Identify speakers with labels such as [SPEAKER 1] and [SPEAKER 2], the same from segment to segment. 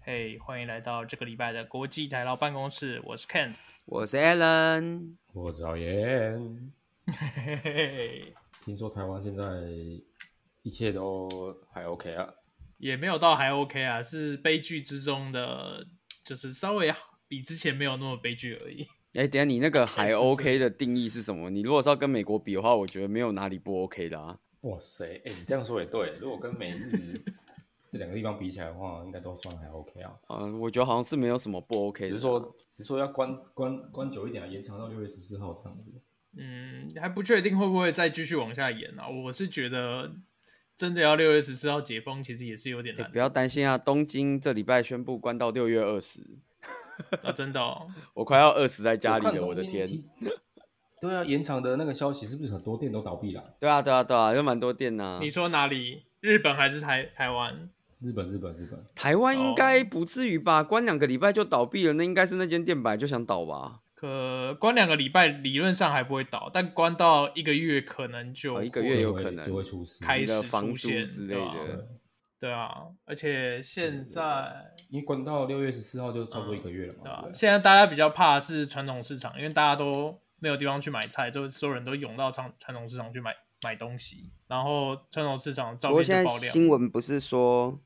[SPEAKER 1] 嘿欢迎来到这个礼拜的国际台劳办公室，我是 Ken。
[SPEAKER 2] 我是 Alan，
[SPEAKER 3] 我早言，
[SPEAKER 1] 嘿嘿嘿，
[SPEAKER 3] 听说台湾现在一切都还 OK 啊，
[SPEAKER 1] 也没有到还 OK 啊，是悲剧之中的，就是稍微比之前没有那么悲剧而已。
[SPEAKER 2] 哎、等一下你那个
[SPEAKER 1] 是
[SPEAKER 2] 还
[SPEAKER 1] 这
[SPEAKER 2] OK 的定义是什么？你如果是要跟美国比的话，我觉得没有哪里不 OK 的啊。
[SPEAKER 3] 哇塞，哎、你这样说也对，如果跟美 日这两个地方比起来的话，应该都算还 OK 啊，
[SPEAKER 2] 嗯、我觉得好像是没有什么不 OK 的
[SPEAKER 3] 只
[SPEAKER 2] 啊。
[SPEAKER 3] 是说只是说要关关关久一点啊，延长到六月十四号这样子。
[SPEAKER 1] 嗯，还不确定会不会再继续往下延啊。我是觉得真的要六月十四号解封，其实也是有点
[SPEAKER 2] 哎、
[SPEAKER 1] 难
[SPEAKER 2] 不要担心啊，东京这礼拜宣布关到六月二十，
[SPEAKER 1] 啊，真的、哦。
[SPEAKER 2] 我快要饿死在家里
[SPEAKER 3] 看
[SPEAKER 2] 了，
[SPEAKER 3] 东
[SPEAKER 2] 我的
[SPEAKER 3] 京
[SPEAKER 2] 天！
[SPEAKER 3] 提！对啊，延长的那个消息是不是很多店都倒闭了啊、
[SPEAKER 2] 对啊，对啊，对啊，有蛮多店呐、
[SPEAKER 1] 你说哪里？日本还是台台湾？
[SPEAKER 3] 日本，日本，日本，
[SPEAKER 2] 台湾
[SPEAKER 1] 哦
[SPEAKER 2] 应该不至于吧？关两个礼拜就倒闭了，那应该是那间店本来就想倒吧？
[SPEAKER 1] 可关两个礼拜，理论上还不会倒，但关到一个月可能就、
[SPEAKER 2] 哦一个月有
[SPEAKER 3] 就会
[SPEAKER 2] 可能
[SPEAKER 3] 就会出事，
[SPEAKER 1] 开
[SPEAKER 2] 你
[SPEAKER 1] 始
[SPEAKER 2] 的房
[SPEAKER 1] 出
[SPEAKER 2] 租
[SPEAKER 1] 现
[SPEAKER 2] 之
[SPEAKER 1] 对
[SPEAKER 2] 类
[SPEAKER 1] 吧
[SPEAKER 2] 的。
[SPEAKER 1] 对啊，而且现在
[SPEAKER 3] 因为关到六月十四号就差不
[SPEAKER 2] 嗯
[SPEAKER 3] 多一个月了嘛。
[SPEAKER 1] 对吧、
[SPEAKER 2] 啊
[SPEAKER 3] 对不对
[SPEAKER 1] 现在大家比较怕的是传统市场，因为大家都没有地方去买菜，就所有人都涌到传传统市场去买买东西，然后传统市场照片
[SPEAKER 2] 不过
[SPEAKER 1] 就
[SPEAKER 2] 现在
[SPEAKER 1] 爆量。
[SPEAKER 2] 新闻不是说，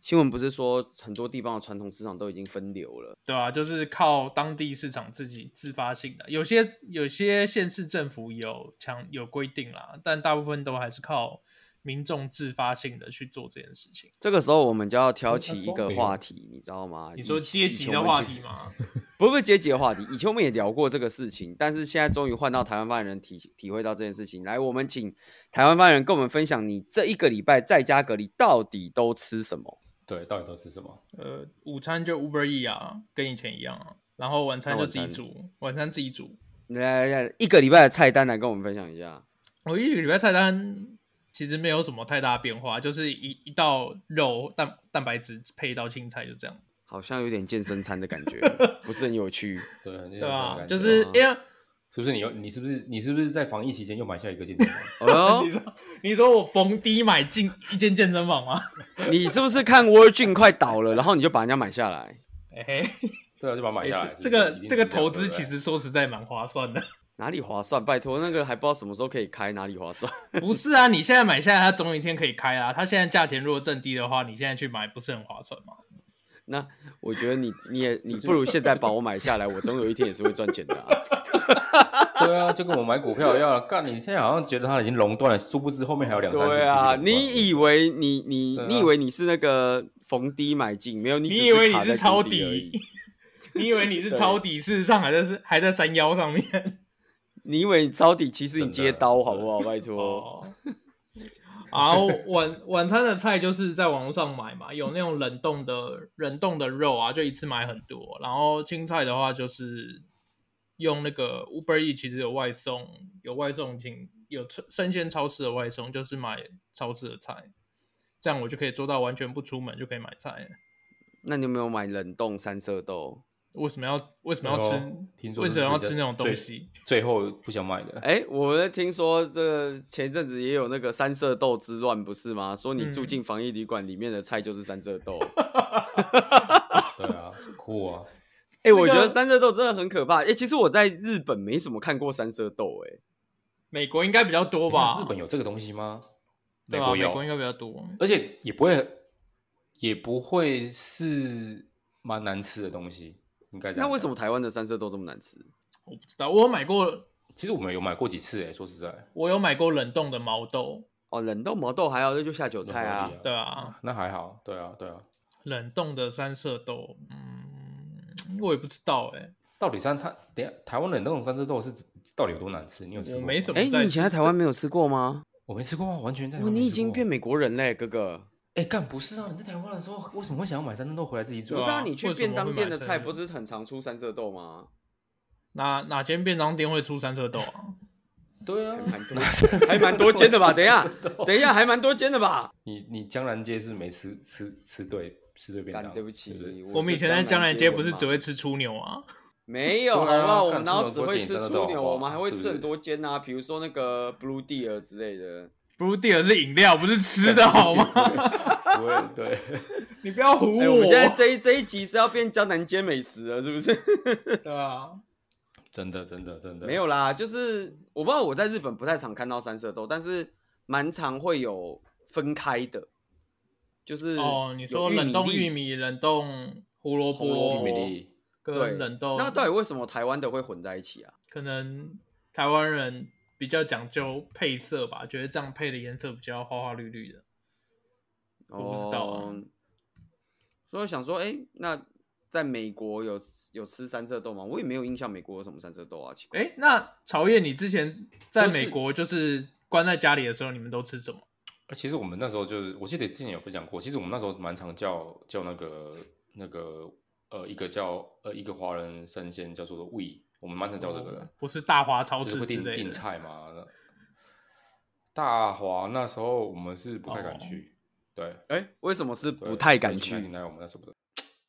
[SPEAKER 2] 新闻不是说很多地方的传统市场都已经分流了。
[SPEAKER 1] 对啊，就是靠当地市场自己自发性的，有些有些县市政府有强有规定啦，但大部分都还是靠民众自发性的去做这件事情。
[SPEAKER 2] 这个时候我们就要挑
[SPEAKER 3] 嗯
[SPEAKER 2] 起
[SPEAKER 3] 那
[SPEAKER 2] 一
[SPEAKER 3] 双
[SPEAKER 2] 个
[SPEAKER 3] 北
[SPEAKER 2] 话
[SPEAKER 3] 哦
[SPEAKER 2] 题，你知道吗？
[SPEAKER 1] 你说
[SPEAKER 2] 啊以
[SPEAKER 1] 阶
[SPEAKER 2] 以
[SPEAKER 1] 级
[SPEAKER 2] 前
[SPEAKER 1] 的
[SPEAKER 2] 我们
[SPEAKER 1] 话
[SPEAKER 2] 其
[SPEAKER 1] 题
[SPEAKER 2] 实
[SPEAKER 1] 吗？
[SPEAKER 2] 不是阶级的话题，以前我们也聊过这个事情，但是现在终于换到台湾发言人体体会到这件事情。来，我们请台湾发言人跟我们分享，你这一个礼拜在家隔离到底都吃什么？
[SPEAKER 3] 对，到底都是什么？
[SPEAKER 1] 呃，午餐就 Uber E 啊，跟以前一样啊，然后晚餐
[SPEAKER 2] 那
[SPEAKER 1] 就
[SPEAKER 2] 晚
[SPEAKER 1] 自己
[SPEAKER 2] 餐
[SPEAKER 1] 煮，晚餐自己煮。
[SPEAKER 2] 来来来，一个礼拜的菜单来跟我们分享一下。
[SPEAKER 1] 我一个礼拜菜单其实没有什么太大变化，就是一一道肉蛋蛋白质配一道青菜，就这样。
[SPEAKER 2] 好像有点健身餐的感觉， 不是很有趣。
[SPEAKER 3] 对，很
[SPEAKER 1] 对
[SPEAKER 3] 像这种
[SPEAKER 1] 啊，
[SPEAKER 3] 感觉
[SPEAKER 1] 就是因为
[SPEAKER 3] 是不是你又你是不是你是不是在防疫期间又买下一个健身房？
[SPEAKER 2] 哦
[SPEAKER 1] 你，说你说我逢低买进一间健身房吗？
[SPEAKER 2] 你是不是看 Virgin 快倒了，然后你就把人家买下来？
[SPEAKER 1] 嘿嘿，
[SPEAKER 3] 对啊，就把它买下来。
[SPEAKER 1] 哎这
[SPEAKER 3] 是不是
[SPEAKER 1] 个
[SPEAKER 3] 一定是
[SPEAKER 1] 这
[SPEAKER 3] 样
[SPEAKER 1] 个投资
[SPEAKER 3] 对不对
[SPEAKER 1] 其实说实在蛮划算的。
[SPEAKER 2] 哪里划算？拜托，那个还不知道什么时候可以开，哪里划算？
[SPEAKER 1] 不是啊，你现在买下来，它总有一天可以开啊。它现在价钱如果正低的话，你现在去买不是很划算吗？
[SPEAKER 2] 那我觉得你你也你不如现在把我买下来，我总有一天也是会赚钱的、啊。
[SPEAKER 3] 对啊，就跟我买股票一样。啊干，你现在好像觉得它已经垄断了，殊不知后面还有两三十只
[SPEAKER 2] 对啊，
[SPEAKER 3] 这种东西
[SPEAKER 2] 你以为你你、
[SPEAKER 3] 对啊
[SPEAKER 2] 你以为你是那个逢低买进，没有你只
[SPEAKER 1] 你以为
[SPEAKER 2] 卡
[SPEAKER 1] 你是
[SPEAKER 2] 在
[SPEAKER 1] 抄
[SPEAKER 2] 谷
[SPEAKER 1] 底
[SPEAKER 2] 底而已。
[SPEAKER 1] 你以为你是抄底，事实上还在是还在山腰上面。
[SPEAKER 2] 你以为你抄底，其实你
[SPEAKER 3] 真
[SPEAKER 2] 接
[SPEAKER 3] 的
[SPEAKER 2] 刀好不好？拜托，
[SPEAKER 1] 哦， 然后啊晚晚餐的菜就是在网络上买嘛，有那种冷冻的冷冻的肉啊，就一次买很多。然后青菜的话，就是用那个 Uber E，其实有外送，有外送请有超生鲜超市的外送，就是买超市的菜，这样我就可以做到完全不出门就可以买菜了。
[SPEAKER 2] 那你有没有买冷冻三色豆？
[SPEAKER 1] 为什么要为什么要吃
[SPEAKER 3] 哎呦？听说
[SPEAKER 1] 为
[SPEAKER 3] 是
[SPEAKER 1] 什么要
[SPEAKER 3] 最
[SPEAKER 1] 吃那种东西？
[SPEAKER 3] 最后不想买的。
[SPEAKER 2] 哎、我听说这个前阵子也有那个三色豆之乱，不是吗？说你住
[SPEAKER 1] 嗯
[SPEAKER 2] 进防疫旅馆里面的菜就是三色豆。
[SPEAKER 3] 对啊，酷啊！
[SPEAKER 2] 哎、
[SPEAKER 1] 那
[SPEAKER 2] 我觉
[SPEAKER 1] 个
[SPEAKER 2] 得三色豆真的很可怕。哎、其实我在日本没什么看过三色豆、哎，
[SPEAKER 1] 美国应该比较多吧？
[SPEAKER 3] 日本有 这个东西吗？
[SPEAKER 1] 对
[SPEAKER 3] 美
[SPEAKER 1] 吧？
[SPEAKER 3] 国
[SPEAKER 1] 美
[SPEAKER 3] 有
[SPEAKER 1] 国，应该比较多。
[SPEAKER 3] 而且也不会也不会是蛮难吃的东西，应该这样
[SPEAKER 2] 那
[SPEAKER 3] 讲
[SPEAKER 2] 为什么？台湾的三色豆这么难吃？
[SPEAKER 1] 我不知道，我有买过，
[SPEAKER 3] 其实我们有买过几次欸诶，说实在，
[SPEAKER 1] 我有买过冷冻的毛豆，
[SPEAKER 2] 哦，冷豆、毛豆还有那就下酒菜啊。
[SPEAKER 1] 对啊，
[SPEAKER 3] 那还好，对啊，对啊。
[SPEAKER 1] 冷冻的三色豆，嗯，我也不知道哎、
[SPEAKER 3] 到底三它等一下台湾冷冻三色豆是到底有多难吃？你有吃过
[SPEAKER 1] 我
[SPEAKER 3] 吗？
[SPEAKER 1] 呃没怎么
[SPEAKER 2] 哎、
[SPEAKER 1] 在吃。
[SPEAKER 2] 你以前在台湾没有吃过吗？
[SPEAKER 3] 我没吃过啊，完全在台
[SPEAKER 2] 哇，
[SPEAKER 3] 湾没
[SPEAKER 2] 你已
[SPEAKER 3] 吃
[SPEAKER 2] 经
[SPEAKER 3] 过
[SPEAKER 2] 变美国人嘞、哥哥。
[SPEAKER 3] 哎干不是啊？你在台湾的时候为什么会想要买三色豆回来自己煮
[SPEAKER 1] 对
[SPEAKER 2] 不
[SPEAKER 1] 啊
[SPEAKER 2] 是啊，你去
[SPEAKER 1] 为什么
[SPEAKER 2] 便当店的
[SPEAKER 1] 会
[SPEAKER 2] 菜
[SPEAKER 1] 买
[SPEAKER 2] 不是很常出三色豆吗？
[SPEAKER 1] 哪哪间便当店会出三色豆啊？
[SPEAKER 3] 对啊
[SPEAKER 2] 还，蛮多， 还蛮多间的 吧？等一下，等一下，还蛮多间的吧？
[SPEAKER 3] 你你江南街是没吃吃吃对吃对便
[SPEAKER 2] 干，
[SPEAKER 3] 当，
[SPEAKER 2] 对不
[SPEAKER 3] 是
[SPEAKER 2] 起
[SPEAKER 3] 是，
[SPEAKER 1] 我们以前在江南街
[SPEAKER 2] 街
[SPEAKER 1] 不是只
[SPEAKER 2] 会。
[SPEAKER 1] 会吃猪牛啊？
[SPEAKER 2] 没有，好不
[SPEAKER 3] 对啊
[SPEAKER 2] 好？我
[SPEAKER 3] 干
[SPEAKER 2] 们然后
[SPEAKER 3] 出门
[SPEAKER 2] 只
[SPEAKER 3] 不会
[SPEAKER 2] 会
[SPEAKER 3] 点
[SPEAKER 2] 吃
[SPEAKER 3] 三色
[SPEAKER 2] 猪
[SPEAKER 3] 豆
[SPEAKER 2] 牛，
[SPEAKER 3] 好不好
[SPEAKER 2] 我们还会
[SPEAKER 3] 是不
[SPEAKER 2] 吃很
[SPEAKER 3] 是
[SPEAKER 2] 多间啊，比如说那个 Blue Deer 之类的。
[SPEAKER 1] Blue Deer 是饮料，不是吃的好 吗？
[SPEAKER 3] 不会， 对，
[SPEAKER 1] 你不要唬
[SPEAKER 2] 哎、我们现在这一这一集是要变江南街美食了，是不是？
[SPEAKER 1] 对啊，
[SPEAKER 3] 真的，真的，真的
[SPEAKER 2] 没。有啦，就是我不知道我在日本不太常看到三色豆，但是蛮常会有分开的，就是
[SPEAKER 1] 哦，你说
[SPEAKER 2] 有
[SPEAKER 1] 冷冻
[SPEAKER 2] 粒
[SPEAKER 1] 玉米、冷冻胡萝
[SPEAKER 2] 胡萝
[SPEAKER 1] 卜、
[SPEAKER 3] 玉米粒，
[SPEAKER 2] 对
[SPEAKER 1] 跟冷冻，
[SPEAKER 2] 那到底为什么台湾的会混在一起啊？
[SPEAKER 1] 可能台湾人比较讲究配色吧，觉得这样配的颜色比较花花绿绿的。我不知道啊
[SPEAKER 2] 哦所以我想说，哎、那在美国有有吃三色豆吗？我也没有印象美国有什么三色豆啊，奇怪。
[SPEAKER 1] 哎，那曹烨，你之前在
[SPEAKER 3] 就是
[SPEAKER 1] 美国就是关在家里的时候，你们都吃什么？
[SPEAKER 3] 啊其实我们那时候就是，我记得之前有分享过，其实我们那时候蛮常叫叫那个那个呃一个叫呃一个华人生鲜叫做 we，我们蛮常叫这个的。
[SPEAKER 1] 哦不是大华超
[SPEAKER 3] 就是
[SPEAKER 1] 市
[SPEAKER 3] 会
[SPEAKER 1] 之
[SPEAKER 3] 订
[SPEAKER 1] 类
[SPEAKER 3] 订
[SPEAKER 1] 的。
[SPEAKER 3] 菜嘛。那大华那时候我们是不太敢
[SPEAKER 1] 哦
[SPEAKER 3] 去，对，
[SPEAKER 2] 哎、为什么是
[SPEAKER 3] 对
[SPEAKER 2] 不太敢
[SPEAKER 3] 北京
[SPEAKER 2] 去
[SPEAKER 3] 南？来我们那时候不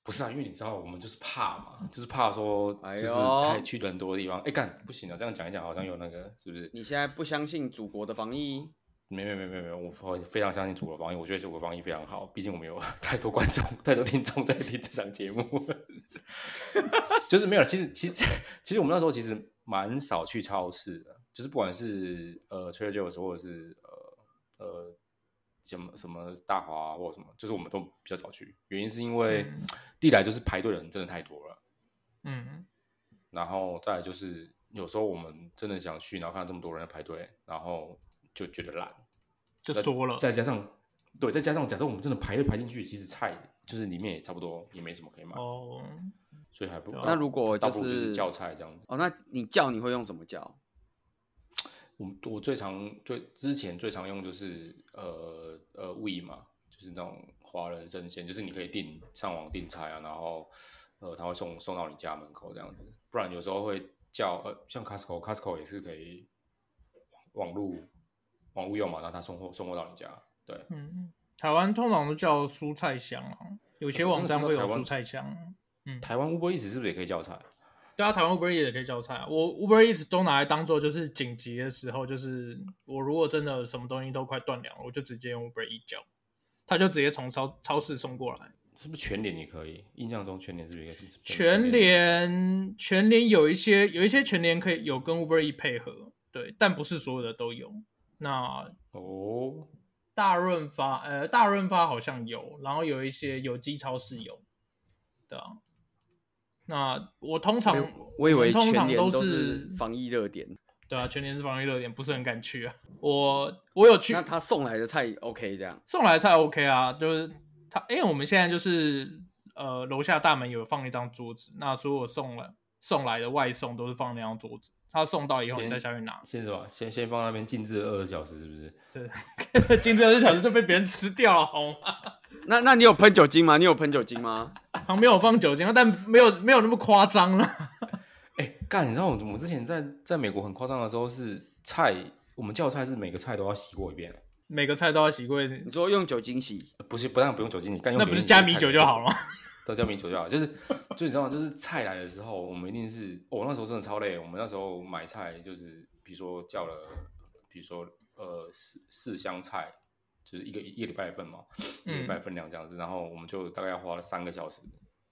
[SPEAKER 3] 不是啊，因为你知道我们就是怕嘛，就是怕说
[SPEAKER 2] 哎
[SPEAKER 3] 就是
[SPEAKER 2] 呦
[SPEAKER 3] 太去人多的地方，哎干不行啊，这样讲一讲好像有那个是不是？
[SPEAKER 2] 你现在不相信祖国的防疫？
[SPEAKER 3] 没没没没没，我我非常相信祖国防疫，我觉得祖国防疫非常好，毕竟我们有 太多观众、太多听众在听这档节目， 就是没有。其实其实其实我们那时候其实蛮少去超市的，就是不管是呃 Trader Joe's 或者是呃呃什么什么大华、啊、或者什么，就是我们都比较少去，原因是因为
[SPEAKER 1] 嗯
[SPEAKER 3] 历来就是排队的人真的太多了。
[SPEAKER 1] 嗯，
[SPEAKER 3] 然后再来就是有时候我们真的想去，然后看到这么多人在排队，然后就觉得懒，
[SPEAKER 1] 就缩了。
[SPEAKER 3] 再加上对，再加上假设我们真的排队排进去，其实菜就是里面也差不多，也没什么可以买，
[SPEAKER 1] 哦，啊
[SPEAKER 3] 所以还不
[SPEAKER 2] 那如果
[SPEAKER 3] 倒
[SPEAKER 2] 就
[SPEAKER 3] 不如就是叫菜这样子。
[SPEAKER 2] 哦，那你叫你会用什么叫？
[SPEAKER 3] 我我最常最之前最常用就是呃呃 We 嘛，就是那种华人生鲜，就是你可以订上网订菜啊，然后呃他会送送到你家门口这样子，不然有时候会叫呃像 Costco Costco 也是可以网路网路用嘛，然后他送货送货到你家，对，
[SPEAKER 1] 嗯，台湾通常都叫蔬菜箱啊，有些网站会有
[SPEAKER 3] 我真的不知道台湾
[SPEAKER 1] 蔬菜箱。
[SPEAKER 3] 台湾 Uber Eats 是不是也可以叫菜？
[SPEAKER 1] 对啊，台湾 Uber Eats 也可以叫菜啊。我 Uber Eats 都拿来当做就是紧急的时候，就是我如果真的什么东西都快断粮了，我就直接用 Uber Eats 叫，他就直接从超超市送过来。
[SPEAKER 3] 是不是全脸也可以？印象中全脸是不是也可以？是不是
[SPEAKER 1] 全联全联有一些有一些全联可以有跟 Uber Eats 配合，对，但不是所有的都有。那
[SPEAKER 3] 哦，
[SPEAKER 1] 大润发，呃，大润发好像有，然后有一些有机超市有，对啊。那我通常
[SPEAKER 2] 我以为
[SPEAKER 1] 通
[SPEAKER 2] 全
[SPEAKER 1] 常
[SPEAKER 2] 年
[SPEAKER 1] 都
[SPEAKER 2] 都
[SPEAKER 1] 是
[SPEAKER 2] 防疫热点。
[SPEAKER 1] 对啊，全年是防疫热点，不是很敢去啊。我我有去
[SPEAKER 2] 那他送来的菜 OK 这样？
[SPEAKER 1] 送来菜 OK 啊，就是他，因为我们现在就是呃楼下大门有放一张桌子，那所有送来送来的外送都是放那张桌子，他送到以后
[SPEAKER 3] 先
[SPEAKER 1] 你再下去拿。
[SPEAKER 3] 先什么？先先放那边静置二十小时，是不是？
[SPEAKER 1] 对， 今天这小时就被别人吃掉了，好吗？
[SPEAKER 2] 那那你有喷酒精吗？你有喷酒精吗？
[SPEAKER 1] 旁边有放酒精，但没有没有那么夸张了。
[SPEAKER 3] 哎、干！你知道我我之前在在美国很夸张的时候是菜，我们叫菜是每个菜都要洗过一遍， 啊
[SPEAKER 1] 每个菜都要洗过一次，
[SPEAKER 2] 你说用酒精洗？
[SPEAKER 3] 呃不是不但不用酒精，你干用
[SPEAKER 1] 那不是加米酒就好
[SPEAKER 3] 了？
[SPEAKER 1] 了吗？
[SPEAKER 3] 对，加米酒就好，就是就你知道吗，就是菜来的时候，我们一定是，我、那时候真的超累，我们那时候买菜就是，比如说叫了，比如说呃四四香菜，就是一个一个礼拜份嘛，一个礼
[SPEAKER 1] 嗯
[SPEAKER 3] 拜份量这样子，然后我们就大概花了三个小时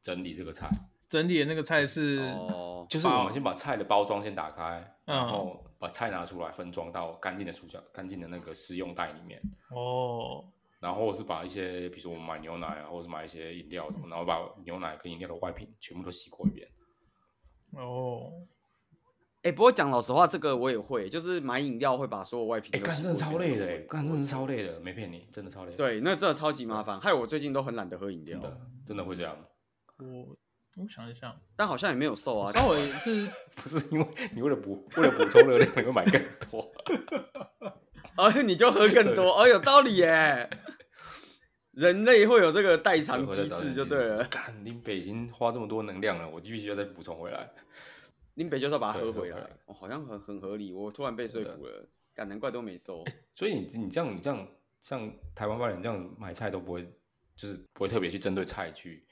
[SPEAKER 3] 整理这个菜。
[SPEAKER 1] 整体的那个菜是，
[SPEAKER 2] 哦，
[SPEAKER 3] 就是我们先把菜的包装先打开，
[SPEAKER 1] 嗯
[SPEAKER 3] 然后把菜拿出来分装到干净的塑胶、干净的那个食用袋里面，
[SPEAKER 1] 哦，
[SPEAKER 3] 然后或者是把一些，比如说我们买牛奶啊，或者是买一些饮料什么，然后把牛奶跟饮料的外瓶全部都洗过一遍。
[SPEAKER 1] 哦，
[SPEAKER 2] 哎、不过讲老实话，这个我也会，就是买饮料会把所有外瓶
[SPEAKER 3] 哎、
[SPEAKER 2] 都
[SPEAKER 3] 干
[SPEAKER 2] 洗
[SPEAKER 3] 真的
[SPEAKER 2] 过一
[SPEAKER 3] 超
[SPEAKER 2] 遍
[SPEAKER 3] 累的、欸，干真的是超累的，没骗你，真的超累的，
[SPEAKER 2] 对，那真的超级麻烦，害我最近都很懒得喝饮料
[SPEAKER 3] 真，的真的会这样，
[SPEAKER 1] 我我想一下，
[SPEAKER 2] 但好像也没有瘦 啊。
[SPEAKER 1] 稍微是
[SPEAKER 3] 不是因为你为了补为了补充热量，你会买更 多。
[SPEAKER 2] 而哎你就喝更多，哦，有道理耶。人类会有这个代偿机制就对了，
[SPEAKER 3] 干，林北已经花这么多能量了，我必须要再补充回来。
[SPEAKER 2] 林北就是要把它
[SPEAKER 3] 对
[SPEAKER 2] 喝回
[SPEAKER 3] 喝
[SPEAKER 2] 来
[SPEAKER 3] 回来，
[SPEAKER 2] 哦，好像很很合理。我突然被说服了，感难怪都没瘦。
[SPEAKER 3] 所以你你这样你这样像台湾外人这样买菜都不会，就是不会特别去针对菜去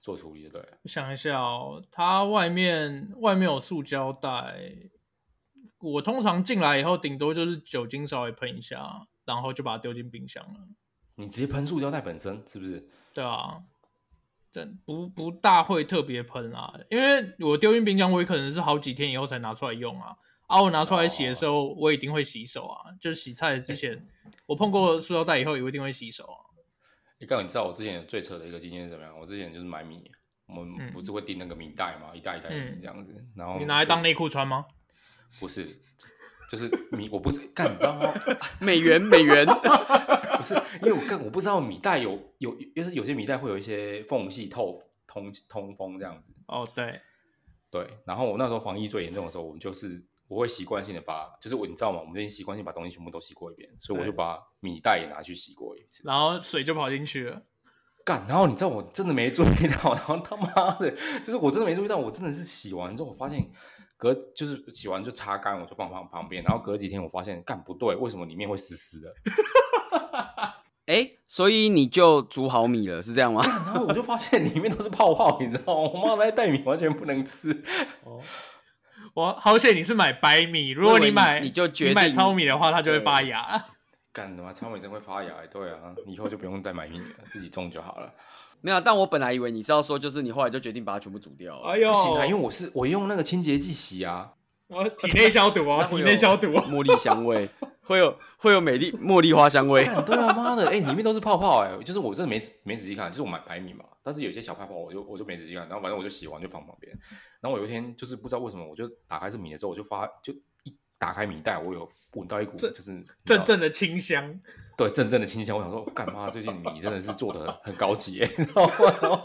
[SPEAKER 3] 做处理的，对？
[SPEAKER 1] 我想一下哦，它外面外面有塑胶袋，我通常进来以后顶多就是酒精稍微喷一下，然后就把它丢进冰箱了。
[SPEAKER 3] 你直接喷塑胶袋本身是不是？
[SPEAKER 1] 对啊，但不不大会特别喷啊，因为我丢进冰箱，我也可能是好几天以后才拿出来用啊。啊，我拿出来洗的时候，我一定会洗手啊。就是洗菜之前，我碰过塑料袋以后，也一定会洗手啊。
[SPEAKER 3] 你告诉你知道我之前最扯的一个经验是怎么样？我之前就是买米，我们不是会订那个米袋嘛，一袋一袋
[SPEAKER 1] 嗯
[SPEAKER 3] 这样子，然后
[SPEAKER 1] 你拿来
[SPEAKER 3] 就
[SPEAKER 1] 当内裤穿吗？
[SPEAKER 3] 不是，就是米，我不是干，你知道吗？
[SPEAKER 2] 美元美元，
[SPEAKER 3] 不是，因为我干，我不知道米袋有有，就是有些米袋会有一些缝隙透通通风这样子。
[SPEAKER 1] 哦，对，
[SPEAKER 3] 对，然后我那时候防疫最严重的时候，我们就是我会习惯性的把，就是我你知道吗？我们已经习惯性把东西全部都洗过一遍，所以我
[SPEAKER 1] 对
[SPEAKER 3] 就把米袋也拿去洗过一次。
[SPEAKER 1] 然后水就跑进去了。
[SPEAKER 3] 干，然后你知道我真的没注意到，然后他妈的，就是我真的没注意到，我真的是洗完之后，我发现隔就是洗完就擦干，我就放旁旁边，然后隔几天我发现干不对，为什么里面会湿湿的？
[SPEAKER 2] 哎、所以你就煮好米了，是这样吗？
[SPEAKER 3] 然后我就发现里面都是泡泡，你知道吗？我妈那袋米完全不能吃。
[SPEAKER 1] 哦，我好险你是买白米，如果
[SPEAKER 2] 我以为
[SPEAKER 1] 你买
[SPEAKER 2] 你就决定
[SPEAKER 1] 你买糙米的话，它就会发芽。
[SPEAKER 3] 干他妈，超美真会发芽、欸，对啊，你以后就不用再买米了，自己种就好了。
[SPEAKER 2] 没有，啊但我本来以为你是要说，就是你后来就决定把它全部煮掉了。
[SPEAKER 1] 哎呦，
[SPEAKER 3] 不行啊，因为我是我用那个清洁剂洗啊，
[SPEAKER 1] 我体内消毒
[SPEAKER 2] 那
[SPEAKER 1] 哦，
[SPEAKER 2] 会
[SPEAKER 1] 体
[SPEAKER 2] 有
[SPEAKER 1] 内消毒哦。
[SPEAKER 2] 茉莉香味，会有会有美丽茉莉花 香味。
[SPEAKER 3] 干对啊，妈的，哎、 里面都是泡泡哎、就是我真的没没仔细看，就是我买白米嘛，但是有些小泡泡我就我就没仔细看，然后反正我就洗完就放旁边，然后我有一天就是不知道为什么，我就打开这米的时候，我就发就一打开米袋，我有闻到一股就是你知
[SPEAKER 1] 阵
[SPEAKER 3] 道
[SPEAKER 1] 阵的清香，
[SPEAKER 3] 对阵阵的清香，我想说，干妈最近米真的是做的很高级耶，你知道吗？然后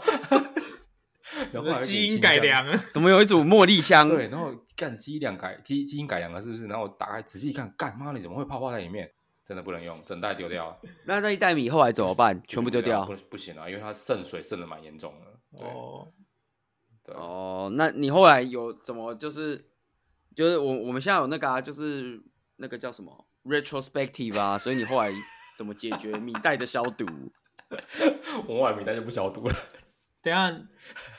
[SPEAKER 3] 然后还有一点
[SPEAKER 1] 基因
[SPEAKER 3] 清
[SPEAKER 1] 改
[SPEAKER 3] 香
[SPEAKER 1] 良，
[SPEAKER 2] 怎么有一股茉莉香？
[SPEAKER 3] 对，然后干基因改基基因改良了，是不是？然后我打开仔细一看，干妈你怎么会泡泡在里面？真的不能用，整袋丢掉，
[SPEAKER 2] 那那一袋米后来怎么办？全部丢掉
[SPEAKER 3] 不。不行啊，因为它渗水渗的蛮严重的。对、
[SPEAKER 1] 哦，
[SPEAKER 3] 对，
[SPEAKER 1] 啊
[SPEAKER 2] 哦，那你后来有怎么就是就是我我们现在有那个啊，就是那个叫什么 retrospective 啊，所以你后来怎么解决米袋的消 毒？
[SPEAKER 3] 我买米袋就不消毒了。
[SPEAKER 1] 等一下，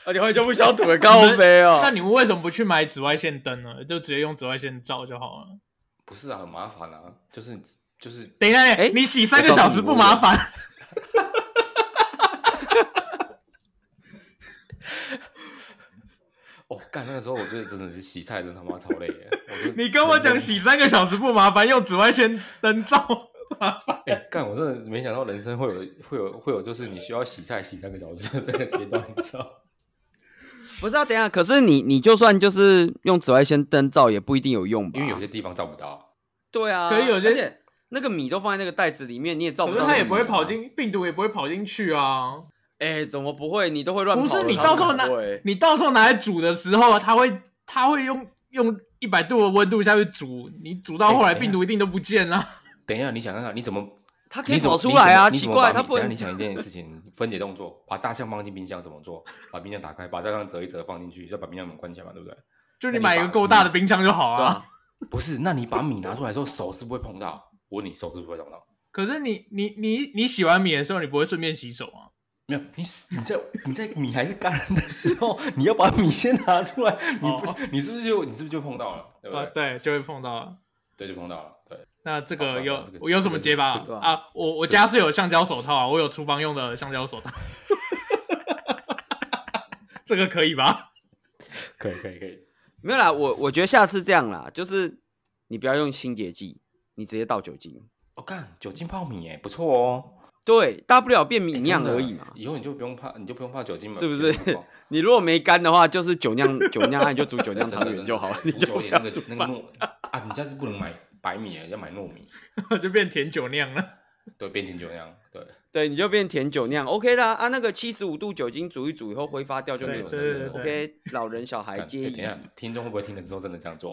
[SPEAKER 2] 而且哦后来就不消毒了，高飞
[SPEAKER 1] 那
[SPEAKER 2] 哦。
[SPEAKER 1] 你们为什么不去买紫外线灯呢？就直接用紫外线照就好了。
[SPEAKER 3] 不是啊，很麻烦啊，就是就是
[SPEAKER 1] 等一下，
[SPEAKER 2] 哎
[SPEAKER 1] 你洗三个小时不麻烦？
[SPEAKER 3] 哦，干那个时候我觉得真的是洗菜真他妈超累耶。我就
[SPEAKER 1] 你跟我讲
[SPEAKER 3] 人
[SPEAKER 1] 洗
[SPEAKER 3] 生
[SPEAKER 1] 三个小时不麻烦，用紫外线灯照，
[SPEAKER 3] 哎、干我真的没想到人生会有会有会有就是你需要洗菜洗三个小时的这个阶段，你知道吗？
[SPEAKER 2] 不是啊，等一下，可是你你就算就是用紫外线灯照也不一定有用吧？
[SPEAKER 3] 因为有些地方照不到。
[SPEAKER 2] 对啊，
[SPEAKER 1] 可是有些
[SPEAKER 2] 而且那个米都放在那个袋子里面，你也照
[SPEAKER 1] 可
[SPEAKER 2] 不
[SPEAKER 1] 是
[SPEAKER 2] 到、
[SPEAKER 1] 它也不会跑。进，病毒也不会跑进去啊。
[SPEAKER 2] 啊哎、怎么不会？你都会乱跑
[SPEAKER 1] 不
[SPEAKER 2] 了。
[SPEAKER 1] 是你
[SPEAKER 2] 它
[SPEAKER 1] 到时候
[SPEAKER 2] 怎么
[SPEAKER 1] 拿
[SPEAKER 2] 不会
[SPEAKER 1] 你到时候拿来煮的时候，它会它会用用一百度的温度下去煮，你煮到后来
[SPEAKER 3] 哎等一下
[SPEAKER 1] 病毒一定都不见 了。
[SPEAKER 3] 等一下，你想看看你怎么
[SPEAKER 2] 它可
[SPEAKER 3] 你
[SPEAKER 2] 以
[SPEAKER 3] 怎
[SPEAKER 2] 跑
[SPEAKER 3] 么
[SPEAKER 2] 出来啊，
[SPEAKER 3] 你
[SPEAKER 2] 奇
[SPEAKER 3] 怎么你
[SPEAKER 2] 怪，
[SPEAKER 3] 怎
[SPEAKER 2] 它
[SPEAKER 3] 么把米
[SPEAKER 2] 不
[SPEAKER 3] 等一
[SPEAKER 2] 能。
[SPEAKER 3] 下你想一件事情，分解动作，把大象放进冰箱怎么做？把冰箱打开，把大象折一折放进去，再把冰箱门关起来嘛，对不对？
[SPEAKER 1] 就你
[SPEAKER 3] 那你
[SPEAKER 1] 买一
[SPEAKER 3] 把
[SPEAKER 1] 个够大的冰箱就好
[SPEAKER 2] 对
[SPEAKER 1] 啊。
[SPEAKER 2] 啊，
[SPEAKER 3] 不是，那你把米拿出来之后，手是不会碰到。我问你，手是不是会碰到？
[SPEAKER 1] 可是你你你你洗完米的时候，你不会顺便洗手啊？
[SPEAKER 3] 没有，你你在你在米还是干的时候，你要把米先拿出来，你不、
[SPEAKER 1] 哦
[SPEAKER 3] 你是不是就你是不是就碰到了？对不
[SPEAKER 1] 啊，
[SPEAKER 3] 对？
[SPEAKER 1] 对，就会碰到了。
[SPEAKER 3] 对，就碰到了。对，
[SPEAKER 1] 那这
[SPEAKER 3] 好
[SPEAKER 1] 个
[SPEAKER 3] 算了
[SPEAKER 1] 有、
[SPEAKER 3] 这个
[SPEAKER 1] 我有什么解法、
[SPEAKER 3] 这个
[SPEAKER 2] 这个
[SPEAKER 1] 啊？我我家是有橡胶手套啊，我有厨房用的橡胶手套， 这个可以吧？
[SPEAKER 3] 可以可以可以。
[SPEAKER 2] 没有啦，我我觉得下次这样啦，就是你不要用清洁剂，你直接倒酒精。
[SPEAKER 3] 我、哦干，酒精泡米哎，不错哦。
[SPEAKER 2] 对，大不了变米
[SPEAKER 3] 哎
[SPEAKER 2] 酿
[SPEAKER 3] 真的
[SPEAKER 2] 而已嘛。
[SPEAKER 3] 以后你就不用怕，你就不用怕酒精嘛，
[SPEAKER 2] 是不是
[SPEAKER 3] 酒精泡泡
[SPEAKER 2] 你如果没干的话，就是酒酿酒酿，那你就煮酒酿
[SPEAKER 3] 真
[SPEAKER 2] 汤
[SPEAKER 3] 的
[SPEAKER 2] 圆就好了，你
[SPEAKER 3] 真的
[SPEAKER 2] 就不
[SPEAKER 3] 煮久一
[SPEAKER 2] 要
[SPEAKER 3] 点那
[SPEAKER 2] 煮
[SPEAKER 3] 个那个
[SPEAKER 2] 饭。
[SPEAKER 3] 糯啊，你下次不能买白米了，要买糯米，
[SPEAKER 1] 就变甜酒酿了。
[SPEAKER 3] 对，变成酒那样，对，
[SPEAKER 2] 对，你就变甜酒酿，OK 啦。啊，那个七十五度酒精煮一煮以后挥发掉就没有
[SPEAKER 1] 对
[SPEAKER 2] 事
[SPEAKER 1] 对
[SPEAKER 2] 了。
[SPEAKER 1] 对
[SPEAKER 2] OK，老人小孩
[SPEAKER 3] 干
[SPEAKER 2] 皆
[SPEAKER 3] 哎
[SPEAKER 2] 宜
[SPEAKER 3] 等一，下，听众会不会听了之后真的这样做？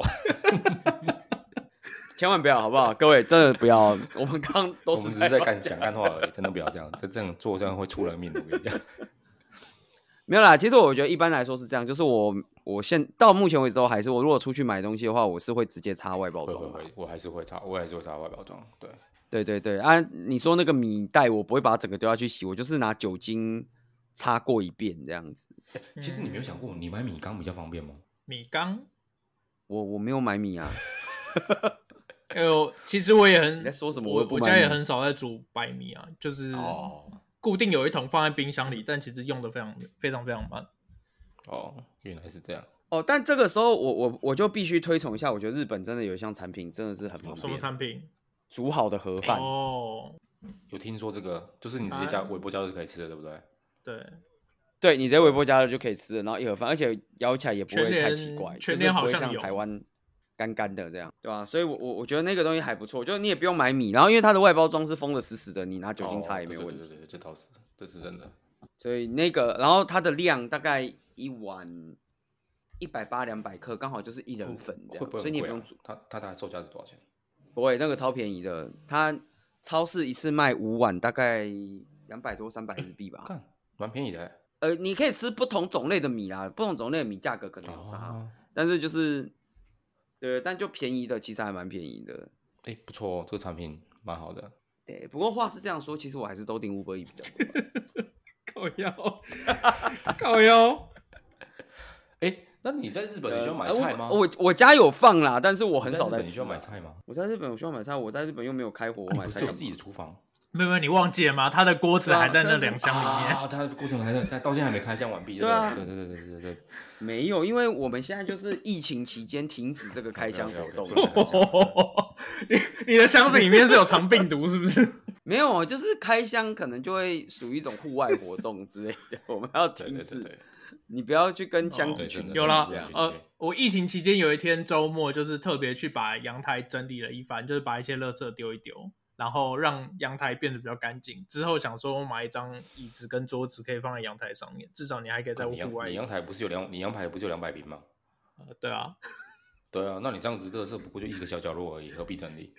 [SPEAKER 2] 千万不要，好不好？各位真的不要，我们刚 都
[SPEAKER 3] 我
[SPEAKER 2] 是
[SPEAKER 3] 们只是在
[SPEAKER 2] 乱
[SPEAKER 3] 干讲干话而已，真的不要这样，这这样做这样会出人命的，我跟你讲。
[SPEAKER 2] 没有啦，其实我觉得一般来说是这样，就是我我现到目前为止都还是我如果出去买东西的话，我是会直接插外包
[SPEAKER 3] 会
[SPEAKER 2] 装
[SPEAKER 3] 会
[SPEAKER 2] 嘛。
[SPEAKER 3] 会，我还是会擦，我还是会擦外包装，对，
[SPEAKER 2] 对对对啊，你说那个米袋，我不会把它整个丢下去洗，我就是拿酒精擦过一遍这样子。
[SPEAKER 1] 嗯
[SPEAKER 3] 其实你没有想过，你买米缸比较方便吗？
[SPEAKER 1] 米缸
[SPEAKER 2] 我我没有买米啊，
[SPEAKER 1] 哎呦，其实我也
[SPEAKER 2] 你
[SPEAKER 1] 很
[SPEAKER 2] 在，说什么？
[SPEAKER 1] 我
[SPEAKER 2] 又不
[SPEAKER 1] 我
[SPEAKER 2] 满
[SPEAKER 1] 家也
[SPEAKER 2] 意
[SPEAKER 1] 很少在煮白米啊，就是
[SPEAKER 3] 哦
[SPEAKER 1] 固定有一桶放在冰箱里，但其实用的非常非常非常慢。
[SPEAKER 3] 哦，原来是这样。
[SPEAKER 2] 哦，但这个时候我我我就必须推崇一下，我觉得日本真的有一项产品真的是很方
[SPEAKER 1] 什么
[SPEAKER 2] 便，
[SPEAKER 1] 产品？
[SPEAKER 2] 煮好的盒饭。
[SPEAKER 1] 哦，
[SPEAKER 3] 有听说这个，就是你直接加
[SPEAKER 1] 啊
[SPEAKER 3] 微波加热是可以吃的，对不对？
[SPEAKER 1] 对，
[SPEAKER 2] 对你直接微波加热就可以吃了，然后一盒饭，而且咬起来也不
[SPEAKER 1] 全
[SPEAKER 2] 会太
[SPEAKER 1] 联
[SPEAKER 2] 奇怪，就
[SPEAKER 1] 全
[SPEAKER 2] 是
[SPEAKER 1] 联
[SPEAKER 2] 不
[SPEAKER 1] 好
[SPEAKER 2] 会
[SPEAKER 1] 像
[SPEAKER 2] 像
[SPEAKER 1] 有
[SPEAKER 2] 台湾干干的这样，对吧、所以我我我觉得那个东西还不错，就是你也不用买米，然后因为它的外包装是封的死死的，你拿酒精
[SPEAKER 3] 哦
[SPEAKER 2] 擦也没有问题，
[SPEAKER 3] 对对对对，这倒是，这是真的。
[SPEAKER 2] 所以那个然后它的量大概一碗一百八两百克，刚好就是一人份这
[SPEAKER 3] 会
[SPEAKER 2] 样，
[SPEAKER 3] 不会很贵啊？
[SPEAKER 2] 所以你也不用煮，
[SPEAKER 3] 它它大概售价是多少钱？
[SPEAKER 2] 不会那个超便宜的，它超市一次卖五碗，大概两百多三百日币吧。
[SPEAKER 3] 看，蛮便宜的欸。
[SPEAKER 2] 呃，你可以吃不同种类的米啦，不同种类的米价格可能有差，
[SPEAKER 3] 哦
[SPEAKER 2] 但是就是，对，但就便宜的其实还蛮便宜的。
[SPEAKER 3] 哎，不错哦，这个产品蛮好的。
[SPEAKER 2] 对，不过话是这样说，其实我还是都订 Uber E 比较多。
[SPEAKER 1] 靠腰， 靠腰，
[SPEAKER 3] 哎，那你在日本你需要买
[SPEAKER 2] 呃
[SPEAKER 3] 菜吗？
[SPEAKER 2] 我我我家有放啦，但是我
[SPEAKER 3] 你
[SPEAKER 2] 很少
[SPEAKER 3] 在日
[SPEAKER 2] 在
[SPEAKER 3] 本你需
[SPEAKER 2] 吃
[SPEAKER 3] 要
[SPEAKER 2] 啊。
[SPEAKER 3] 买菜吗？
[SPEAKER 2] 我在日本我需要买菜，我在日本又没有开火，我
[SPEAKER 3] 你
[SPEAKER 2] 买
[SPEAKER 3] 不
[SPEAKER 2] 菜
[SPEAKER 3] 是有
[SPEAKER 2] 干
[SPEAKER 3] 自己
[SPEAKER 2] 嘛
[SPEAKER 3] 的？厨房？
[SPEAKER 1] 妹妹，你忘记了吗？他的锅子还在那两箱里面。
[SPEAKER 3] 啊，它的过程还在，在到现在还没开箱完毕。
[SPEAKER 2] 对啊
[SPEAKER 3] 对对对对对对对。
[SPEAKER 2] 没有，因为我们现在就是疫情期间停止这个开箱活动。
[SPEAKER 3] OK，OK，OK，不能开 箱
[SPEAKER 1] 你你的箱子里面是有藏病毒是不是？
[SPEAKER 2] 没有，就是开箱可能就会属于一种户外活动之类的，我们要
[SPEAKER 3] 对
[SPEAKER 2] 停
[SPEAKER 3] 对对
[SPEAKER 2] 止。
[SPEAKER 3] 对。
[SPEAKER 2] 你不要去跟箱
[SPEAKER 1] 哦
[SPEAKER 2] 子
[SPEAKER 3] 对
[SPEAKER 2] 群
[SPEAKER 3] 真的
[SPEAKER 1] 有
[SPEAKER 3] 啦
[SPEAKER 1] 了
[SPEAKER 2] 聚这样，
[SPEAKER 1] 呃，我疫情期间有一天周末，就是特别去把阳台整理了一番，就是把一些垃圾丢一丢，然后让阳台变得比较干净。之后想说买一张椅子跟桌子可以放在阳台上面，至少你还可以在
[SPEAKER 3] 你阳
[SPEAKER 2] 哦
[SPEAKER 1] 户外
[SPEAKER 3] 你。阳台不是有两你阳台不是有两百平吗？
[SPEAKER 1] 呃对啊，
[SPEAKER 3] 对啊，那你这样子乐色不过就一个小角落而已，何必整理？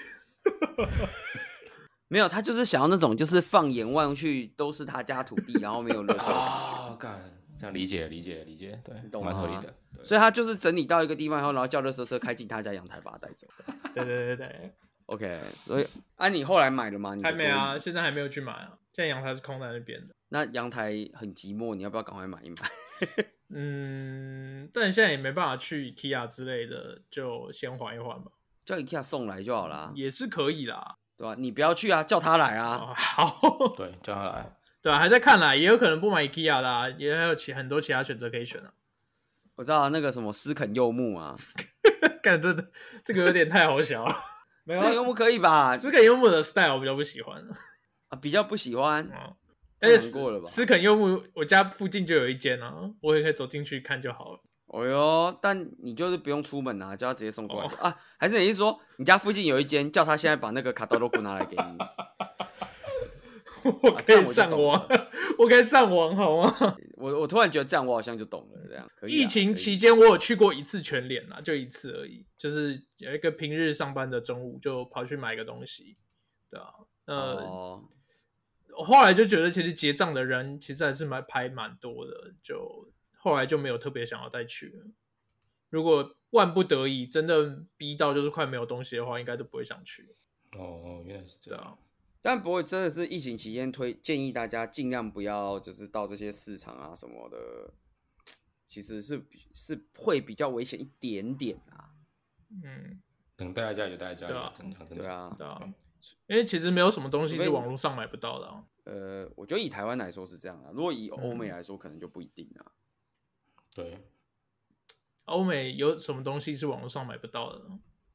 [SPEAKER 2] 没有，他就是想要那种就是放眼望去都是他家土地，然后没有垃圾的
[SPEAKER 1] 哦
[SPEAKER 2] 感觉。
[SPEAKER 3] 啊，干，这样理解理解理解，对，
[SPEAKER 2] 懂
[SPEAKER 3] 蛮合理
[SPEAKER 2] 吗
[SPEAKER 3] 的。对
[SPEAKER 2] 所以他就是整理到一个地方以后，然后叫垃圾车开进他家阳台把他带走。
[SPEAKER 1] 对对对对，
[SPEAKER 2] OK，所以啊，你后来买了 吗？你的
[SPEAKER 1] 还没啊，
[SPEAKER 2] 桌椅？
[SPEAKER 1] 现在还没有去买啊，现在阳台是空在那边的。
[SPEAKER 2] 那阳台很寂寞，你要不要赶快买一买？
[SPEAKER 1] 嗯，但现在也没办法去 IKEA 之类的，就先缓一缓吧，
[SPEAKER 2] 叫 IKEA 送来就好啦，
[SPEAKER 1] 也是可以啦。
[SPEAKER 2] 对吧、你不要去啊，叫他来
[SPEAKER 1] 啊，
[SPEAKER 2] 啊。
[SPEAKER 1] 好，
[SPEAKER 3] 对，叫他来。
[SPEAKER 1] 对啊，还在看啦，也有可能不买 IKEA 啦，也还有其很多其他选择可以选啊。
[SPEAKER 2] 我知道啊那个什么斯肯柚木啊，
[SPEAKER 1] 干真的，这个有点太好 笑了。没
[SPEAKER 2] 斯肯
[SPEAKER 1] 有
[SPEAKER 2] 柚
[SPEAKER 1] 啊，
[SPEAKER 2] 木可以吧？
[SPEAKER 1] 斯肯柚木的 style 我比较不喜欢。
[SPEAKER 2] 啊，比较不喜欢。
[SPEAKER 1] 嗯，
[SPEAKER 2] 太
[SPEAKER 1] 但
[SPEAKER 2] 难
[SPEAKER 1] 是
[SPEAKER 2] 过了吧
[SPEAKER 1] 斯肯柚木，我家附近就有一间啊，我也可以走进去看就好了。
[SPEAKER 2] 哦哟，但你就是不用出门啊，叫他直接送
[SPEAKER 1] 哦
[SPEAKER 2] 过来、啊。还是你是说你家附近有一间，叫他现在把那个卡刀罗库拿来给你？
[SPEAKER 1] 我可
[SPEAKER 2] 啊这样
[SPEAKER 1] 以
[SPEAKER 2] 我就
[SPEAKER 1] 上
[SPEAKER 2] 懂
[SPEAKER 1] 网
[SPEAKER 2] 了，
[SPEAKER 1] 我可以上网好吗？
[SPEAKER 2] 我我突然觉得这样，我好像就懂了。这样，可以啊
[SPEAKER 1] 疫情
[SPEAKER 2] 可
[SPEAKER 1] 期
[SPEAKER 2] 以
[SPEAKER 1] 间我有去过一次全联啊啦，就一次而已，就是有一个平日上班的中午就跑去买个东西，对啊，呃，
[SPEAKER 2] 哦，
[SPEAKER 1] 我后来就觉得其实结账的人其实还是蛮排蛮多的，就后来就没有特别想要再去了。如果万不得已真的逼到就是快没有东西的话，应该都不会想去。
[SPEAKER 3] 哦，原来是这
[SPEAKER 1] 对
[SPEAKER 3] 样。
[SPEAKER 1] 啊，
[SPEAKER 2] 但不过真的是疫情期间推建议大家尽量不要就是到这些市场啊什么的，其实是是会比较危险一点点啊。
[SPEAKER 1] 嗯，
[SPEAKER 3] 能待在家里就待在家里，
[SPEAKER 1] 对啊
[SPEAKER 3] 真的真的
[SPEAKER 2] 对，啊，
[SPEAKER 1] 对啊，因为其实没有什么东西是网络上买不到的、啊。
[SPEAKER 2] 呃，我觉得以台湾来说是这样啊，如果以欧
[SPEAKER 1] 嗯
[SPEAKER 2] 美来说可能就不一定啊。
[SPEAKER 3] 对。
[SPEAKER 1] 欧美有什么东西是网络上买不到的？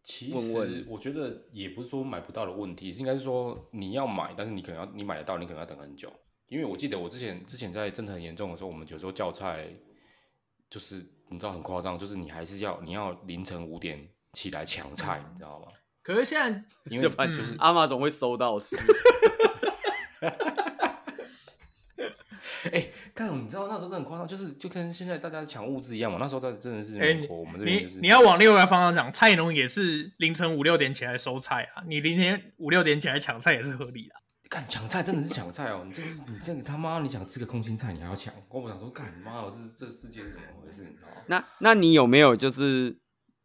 [SPEAKER 3] 其
[SPEAKER 2] 问
[SPEAKER 3] 实
[SPEAKER 2] 问
[SPEAKER 3] 我觉得也不是说买不到的问题，是应该是说你要买，但是你可能要你买得到，你可能要等很久。因为我记得我之前之前在政策很严重的时候，我们有时候叫菜，就是你知道很夸张，就是你还是要你要凌晨五点起来抢菜，你知道吗？
[SPEAKER 1] 可是现在
[SPEAKER 3] 因 为
[SPEAKER 2] 这盘
[SPEAKER 1] 嗯
[SPEAKER 3] 就是
[SPEAKER 2] 阿妈总会收到是不是
[SPEAKER 3] 哎，看、你知道那时候真的很夸张，就是就跟现在大家抢物资一样嘛。那时候在真的是
[SPEAKER 1] 哎
[SPEAKER 3] 美国，我们这边就
[SPEAKER 1] 你
[SPEAKER 3] 是
[SPEAKER 1] 你要往另外一个方向讲，菜农也是凌晨五六点起来收菜啊，你凌晨五六点起来抢菜也是合理的啊、
[SPEAKER 3] 干抢菜真的是抢菜哦！你这个是你这个他妈，你想吃个空心菜你还要抢？我我想说，干你妈的，是这世界是怎么回事？你知道吗？
[SPEAKER 2] 那那你有没有就是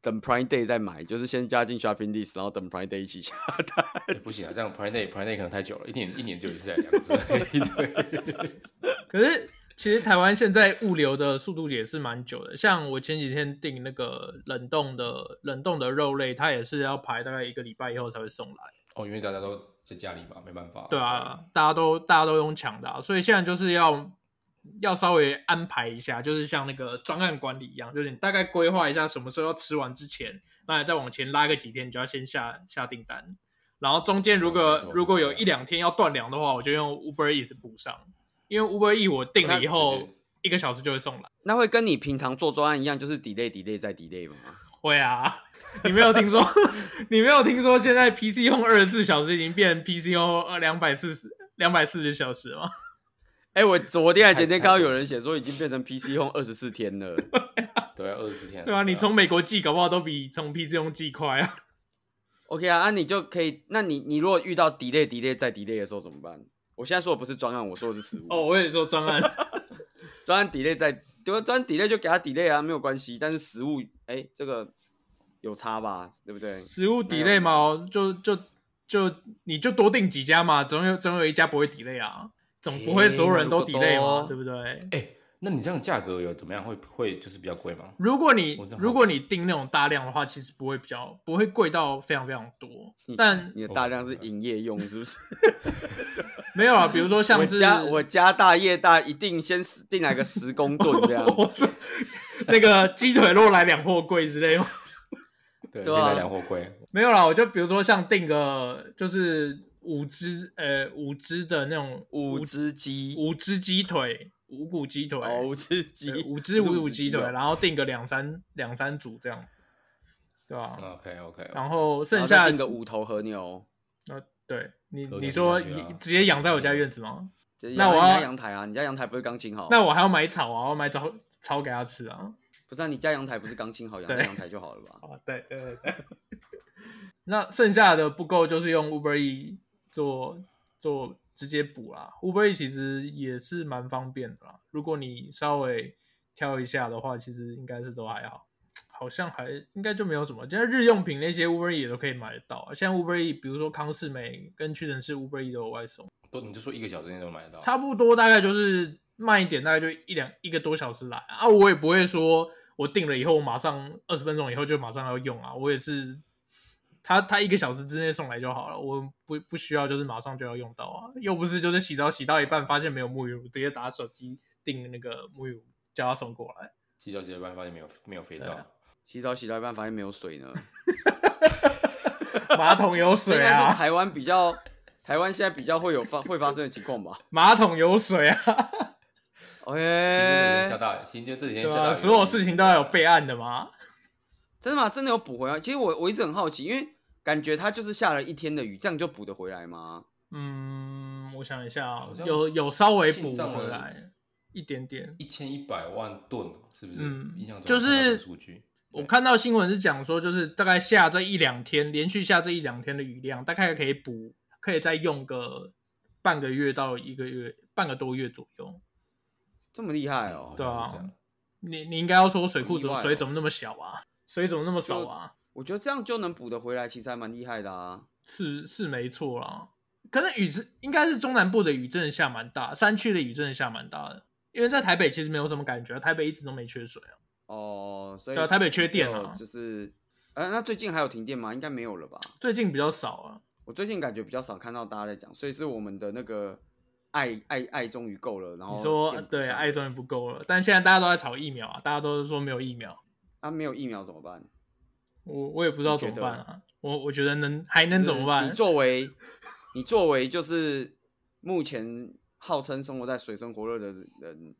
[SPEAKER 2] 等 Prime Day 再买，就是先加进 Shopping List，然后等 Prime Day 一起下 单？
[SPEAKER 3] 哎不行啊， 这样 Prime Day Prime Day 可能太久了，一年一年只有一次还两次而已。对，
[SPEAKER 1] 可是其实台湾现在物流的速度也是蛮久的，像我前几天订那个冷冻的冷冻的肉类，它也是要排大概一个礼拜以后才会送来。
[SPEAKER 3] 哦，因为大家都在家里嘛，没办法。
[SPEAKER 1] 对啊，大家都大家都用抢的、啊，所以现在就是要要稍微安排一下，就是像那个专案管理一样，就是你大概规划一下什么时候要吃完之前，那你再往前拉个几天，你就要先下下订单。然后中间如果、
[SPEAKER 3] 嗯没错
[SPEAKER 1] 如果有一两天要断粮的话，我就用 Uber Eats 补上，因为 Uber Eats 我订了以
[SPEAKER 3] 那就
[SPEAKER 1] 后
[SPEAKER 3] 是
[SPEAKER 1] 一个小时就会送来。
[SPEAKER 2] 那会跟你平常做专案一样，就是 delay delay 再 delay 吗？
[SPEAKER 1] 会啊， 你没有听说？ 你没有听说现在 PC 用二十四小时已经变 PC 用呃两百四十两百四十小时吗？
[SPEAKER 2] 哎、我昨天还前天看到有人写说已经变成 PC Home 二十四天了，
[SPEAKER 3] 对啊，二十四 天。
[SPEAKER 1] 对啊，你从美国寄搞不好都比从 PC 用寄快啊。
[SPEAKER 2] OK 啊，啊你就可以，那你你如果遇到 delay delay 再 delay 的时候怎么办？我现在说的不是专案，我说的是实物。
[SPEAKER 1] 哦，我也说专案，
[SPEAKER 2] 专案 delay 再，就专案 delay 就给他 delay 啊，没有关系。但是实物，哎、这个有差吧，对不对？
[SPEAKER 1] 食物 delay 嘛，哦就就就你就多订几家嘛，总有总有一家不会 delay 啊，总不会所有人都
[SPEAKER 2] 诶那如果
[SPEAKER 1] delay 嘛，
[SPEAKER 2] 多
[SPEAKER 1] 对不对？
[SPEAKER 3] 哎、那你这样价格有怎么样？会会就是比较贵 吗？
[SPEAKER 1] 如果你
[SPEAKER 3] 我真好奇
[SPEAKER 1] 如果你订那种大量的话，其实不会比较不会贵到非常非常多，但
[SPEAKER 2] 你的大
[SPEAKER 1] 哦
[SPEAKER 2] 量是
[SPEAKER 1] 啊
[SPEAKER 2] 营业用，是不是？
[SPEAKER 1] 没有啊，比如说像
[SPEAKER 2] 我
[SPEAKER 1] 是。
[SPEAKER 2] 家我家大业大，一定先死定来个十公吨这样
[SPEAKER 1] 我说那个鸡腿肉来两货柜之类吗？
[SPEAKER 3] 对，
[SPEAKER 2] 对
[SPEAKER 3] 现
[SPEAKER 2] 啊
[SPEAKER 3] 在两货柜，
[SPEAKER 1] 没有啦，我就比如说像订个就是五只呃五只的那种
[SPEAKER 2] 五只鸡，
[SPEAKER 1] 五只鸡腿五股鸡腿
[SPEAKER 2] 哦， 五只
[SPEAKER 1] 对
[SPEAKER 2] 鸡，
[SPEAKER 1] 五只五
[SPEAKER 2] 不是
[SPEAKER 1] 股鸡腿，
[SPEAKER 2] 哦
[SPEAKER 1] 然后订个两三两三组这样子，对吧、
[SPEAKER 3] 嗯 OK OK，
[SPEAKER 1] 然后
[SPEAKER 2] 哦然
[SPEAKER 1] 剩
[SPEAKER 2] 后
[SPEAKER 1] 下
[SPEAKER 2] 再订个五头和牛。
[SPEAKER 1] 呃对你
[SPEAKER 3] 有点
[SPEAKER 1] 你说
[SPEAKER 3] 感觉啊
[SPEAKER 1] 你直接养在我家院子吗？
[SPEAKER 2] 就是
[SPEAKER 1] 那
[SPEAKER 2] 养在
[SPEAKER 1] 我
[SPEAKER 2] 你
[SPEAKER 1] 要
[SPEAKER 2] 家阳台啊，你家阳台不是刚清好？
[SPEAKER 1] 那我还要买草啊，我要买草草给它吃啊。
[SPEAKER 2] 不是、啊、你家阳台不是刚清好，养
[SPEAKER 1] 对
[SPEAKER 2] 在阳台就好了吧？
[SPEAKER 1] 啊，对对对 对。那剩下的步骤就是用 Uber E 做做直接补啦。Uber E 其实也是蛮方便的啦，如果你稍微挑一下的话，其实应该是都还好，好像还应该就没有什么。现在日用品那些 Uber E 也都可以买得到啊，像 Uber E，比如说康士美跟屈臣氏 Uber E 都有外送，
[SPEAKER 3] 都你就说一个小时内都买得到，
[SPEAKER 1] 差不多大概就是慢一点，大概就一两一个多小时来啊。我也不会说我定了以后，我马上二十分钟以后就马上要用啊。我也是，他他一个小时之内送来就好了，我不不需要就是马上就要用到啊。又不是就是洗澡洗到一半发现没有沐浴乳，直接打手机订那个沐浴乳，叫他送过 来。
[SPEAKER 3] 洗脚洗到一半发现没有没有肥
[SPEAKER 1] 对
[SPEAKER 3] 皂
[SPEAKER 1] 啊，
[SPEAKER 2] 洗澡洗到一半发现没有水 呢，
[SPEAKER 1] 马桶有
[SPEAKER 2] 这应
[SPEAKER 1] 水
[SPEAKER 2] 该是
[SPEAKER 1] 啊，
[SPEAKER 2] 台湾比较， 台湾现在比较会有发会发生的情 况吧
[SPEAKER 1] 马桶有水啊，
[SPEAKER 3] 哎，
[SPEAKER 2] ？OK，
[SPEAKER 3] 下大雨，新就这几天
[SPEAKER 1] 对
[SPEAKER 3] 下
[SPEAKER 1] 吧、
[SPEAKER 3] 大雨，
[SPEAKER 1] 所有事情都要有备案的嘛。
[SPEAKER 2] 真的吗？真的有补回来？其实我我一直很好奇，因为感觉它就是下了一天的雨，这样就补得回来吗？
[SPEAKER 1] 嗯，我想一下啊
[SPEAKER 3] 好，像
[SPEAKER 1] 有
[SPEAKER 3] 是
[SPEAKER 1] 有稍微补
[SPEAKER 3] 进账
[SPEAKER 1] 回
[SPEAKER 3] 了
[SPEAKER 1] 来一点点。
[SPEAKER 3] 一千一百万吨，是不是？
[SPEAKER 1] 嗯
[SPEAKER 3] 印象中
[SPEAKER 1] 就是
[SPEAKER 3] 看到这个数据，
[SPEAKER 1] 我
[SPEAKER 3] 对
[SPEAKER 1] 看到新闻是讲说，就是大概下这一两天，连续下这一两天的雨量，大概可以补，可以再用个半个月到一个月，半个多月左右。
[SPEAKER 2] 这么厉害哦！
[SPEAKER 1] 对啊
[SPEAKER 3] 好像是这样
[SPEAKER 1] 你你应该要说水库怎么、
[SPEAKER 2] 很意外哦
[SPEAKER 1] 水怎么那么小啊？水怎么那么少啊？
[SPEAKER 2] 我觉得这样就能补得回来，其实还蛮厉害的啊。
[SPEAKER 1] 是是没错啦，可能雨是应该是中南部的雨真的下蛮大，山区的雨真的下蛮大的。因为在台北其实没有什么感觉，啊台北一直都没缺水啊。
[SPEAKER 2] 哦，所以
[SPEAKER 1] 对啊台北缺电啊
[SPEAKER 2] 就就是，呃，那最近还有停电吗？应该没有了吧？
[SPEAKER 1] 最近比较少啊，
[SPEAKER 2] 我最近感觉比较少看到大家在讲，所以是我们的那个爱爱爱终于够了。然后
[SPEAKER 1] 你说
[SPEAKER 2] 电补
[SPEAKER 1] 对
[SPEAKER 2] 上
[SPEAKER 1] 爱终于不够了，但现在大家都在炒疫苗啊，大家都是说没有疫苗。
[SPEAKER 2] 啊，没有疫苗怎么办？
[SPEAKER 1] 我我也不知道
[SPEAKER 2] 你
[SPEAKER 1] 怎
[SPEAKER 2] 觉
[SPEAKER 1] 么
[SPEAKER 2] 得
[SPEAKER 1] 办啊。我我觉得能还能怎么
[SPEAKER 2] 就是
[SPEAKER 1] 办
[SPEAKER 2] 你？作为你作为就是目前号称生活在水深火热的人，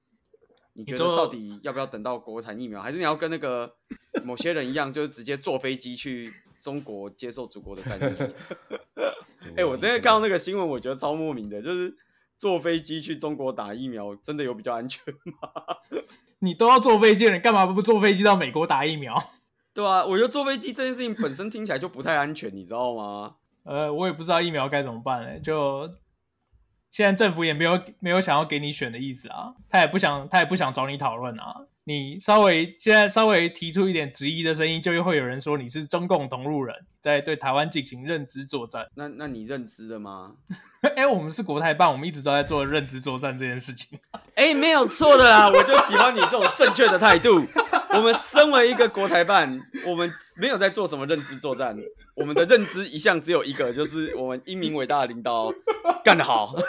[SPEAKER 2] 你觉
[SPEAKER 1] 你说
[SPEAKER 2] 得到底要不要等到国产疫苗，还是你要跟那个某些人一样，就是直接坐飞机去中国接受祖国的三 疫？
[SPEAKER 3] 就
[SPEAKER 2] 哎、我真的看到那个新闻，我觉得超莫名的，就是坐飞机去中国打疫苗，真的有比较安全？
[SPEAKER 1] 你都要坐飞机了，你干嘛不坐飞机到美国打疫苗？
[SPEAKER 2] 对啊，我觉得坐飞机这件事情本身听起来就不太安全，你知道吗？
[SPEAKER 1] 呃，我也不知道疫苗该怎么办、欸，就现在政府也没有没有想要给你选的意思啊，他也不想他也不想找你讨论啊。你稍微现在稍微提出一点质疑的声音，就会有人说你是中共同路人，在对台湾进行认知作战。
[SPEAKER 2] 那那你认知的吗？
[SPEAKER 1] 哎，我们是国台办，我们一直都在做认知作战这件事情。
[SPEAKER 2] 哎、没有错的啦，我就喜欢你这种正确的态度。我们身为一个国台办，我们没有在做什么认知作战，我们的认知一向只有一个，就是我们英明伟大的领导干得好。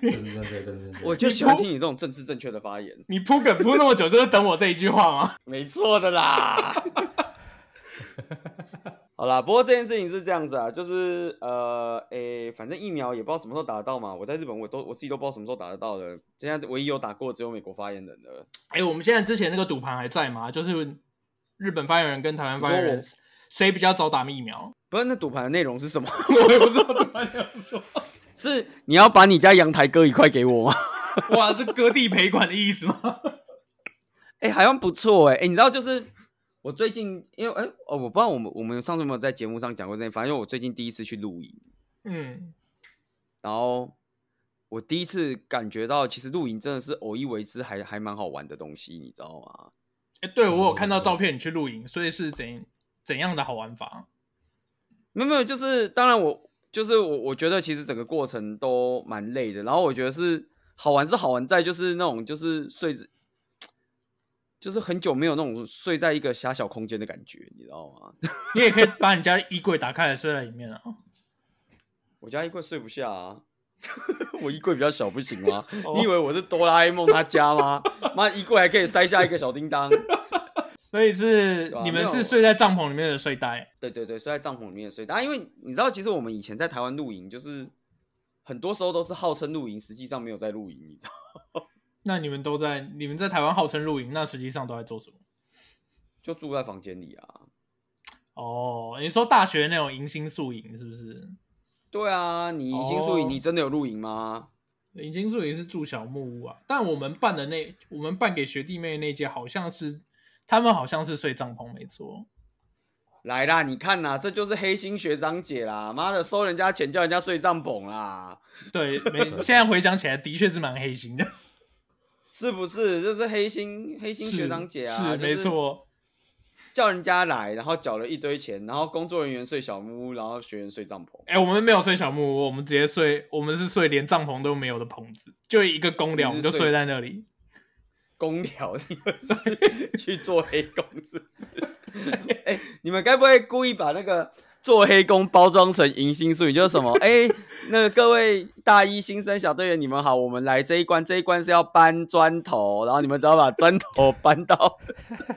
[SPEAKER 3] 真是正确，真是正确。
[SPEAKER 2] 我就喜欢听你这种政治正确的发言。
[SPEAKER 1] 你铺梗铺那么久，就是等我这一句话吗？
[SPEAKER 2] 没错的啦。好啦，不过这件事情是这样子啊，就是呃，诶、反正疫苗也不知道什么时候打得到嘛。我在日本，我都我自己都不知道什么时候打得到的。现在唯一有打过只有美国发言人了。
[SPEAKER 1] 哎，我们现在之前那个赌盘还在吗？就是日本发言人跟台湾发言
[SPEAKER 2] 你
[SPEAKER 1] 人
[SPEAKER 2] 说
[SPEAKER 1] 谁比较早打疫 苗？
[SPEAKER 2] 不是那赌盘的内容是什么？
[SPEAKER 1] 我也不知道怎么样说。
[SPEAKER 2] 是你要把你家阳台割一块给我吗？
[SPEAKER 1] 哇，这割地赔款的意思吗？
[SPEAKER 2] 哎、好像不错哎、哎、你知道就是我最近因为哎、哦，我不知道我们我们上次有没有在节目上讲过这件，反正我最近第一次去露营，
[SPEAKER 1] 嗯，
[SPEAKER 2] 然后我第一次感觉到其实露营真的是偶一为之还还蛮好玩的东西，你知道吗？
[SPEAKER 1] 哎，对我有看到照片，你去露营，所以是怎怎样的好玩法？
[SPEAKER 2] 没有没有，就是当然我就是我我觉得其实整个过程都蛮累的，然后我觉得是好玩是好玩在就是那种就是睡着。就是很久没有那种睡在一个狭小空间的感觉，你知道吗？
[SPEAKER 1] 你也可以把你家衣柜打开来睡在里面啊。
[SPEAKER 2] 我家衣柜睡不下啊， 我衣柜比较小，不行 吗？
[SPEAKER 1] 哦
[SPEAKER 2] 你以为我是哆啦 A 梦他家吗？妈，衣柜还可以塞下一个小叮当。
[SPEAKER 1] 所以是
[SPEAKER 2] 对啊
[SPEAKER 1] 你
[SPEAKER 2] 没
[SPEAKER 1] 们
[SPEAKER 2] 有
[SPEAKER 1] 是睡在帐篷里面的睡袋，
[SPEAKER 2] 对对对，睡在帐篷里面睡。啊但因为你知道，其实我们以前在台湾露营，就是很多时候都是号称露营，实际上没有在露营，你知道？
[SPEAKER 1] 那你们都在你们在台湾号称露营，那实际上都在做什么？
[SPEAKER 2] 就住在房间里啊。
[SPEAKER 1] 哦，你说大学那种迎新宿营是不是？
[SPEAKER 2] 对啊，你新宿营，
[SPEAKER 1] 哦
[SPEAKER 2] 你真的有露营吗？
[SPEAKER 1] 迎新宿营是住小木屋啊，但我们办的那我们办给学弟妹的那届好像是他们好像是睡帐篷没错，
[SPEAKER 2] 来啦，你看啦，这就是黑心学长姐啦！妈的，收人家钱叫人家睡帐篷啦，
[SPEAKER 1] 对， 没现在回想起来的确是蛮黑心的，
[SPEAKER 2] 是不是？这是黑心黑心
[SPEAKER 1] 是
[SPEAKER 2] 学长姐啊，
[SPEAKER 1] 是、
[SPEAKER 2] 就是
[SPEAKER 1] 没错。
[SPEAKER 2] 叫人家来，然后缴了一堆钱，然后工作人员睡小木屋，然后学员睡帐篷。
[SPEAKER 1] 哎、我们没有睡小木屋，我们直接睡，我们是睡连帐篷都没有的棚子，就一个公寮，我
[SPEAKER 2] 你
[SPEAKER 1] 们
[SPEAKER 2] 是
[SPEAKER 1] 就
[SPEAKER 2] 睡
[SPEAKER 1] 睡在那里。
[SPEAKER 2] 公聊，你们是去做黑工是不是？哎、你们该不会故意把那个做黑工包装成迎新术语，就是什么？哎、那个各位大一新生小队员，你们好，我们来这一关，这一关是要搬砖头，然后你们只要把砖头搬到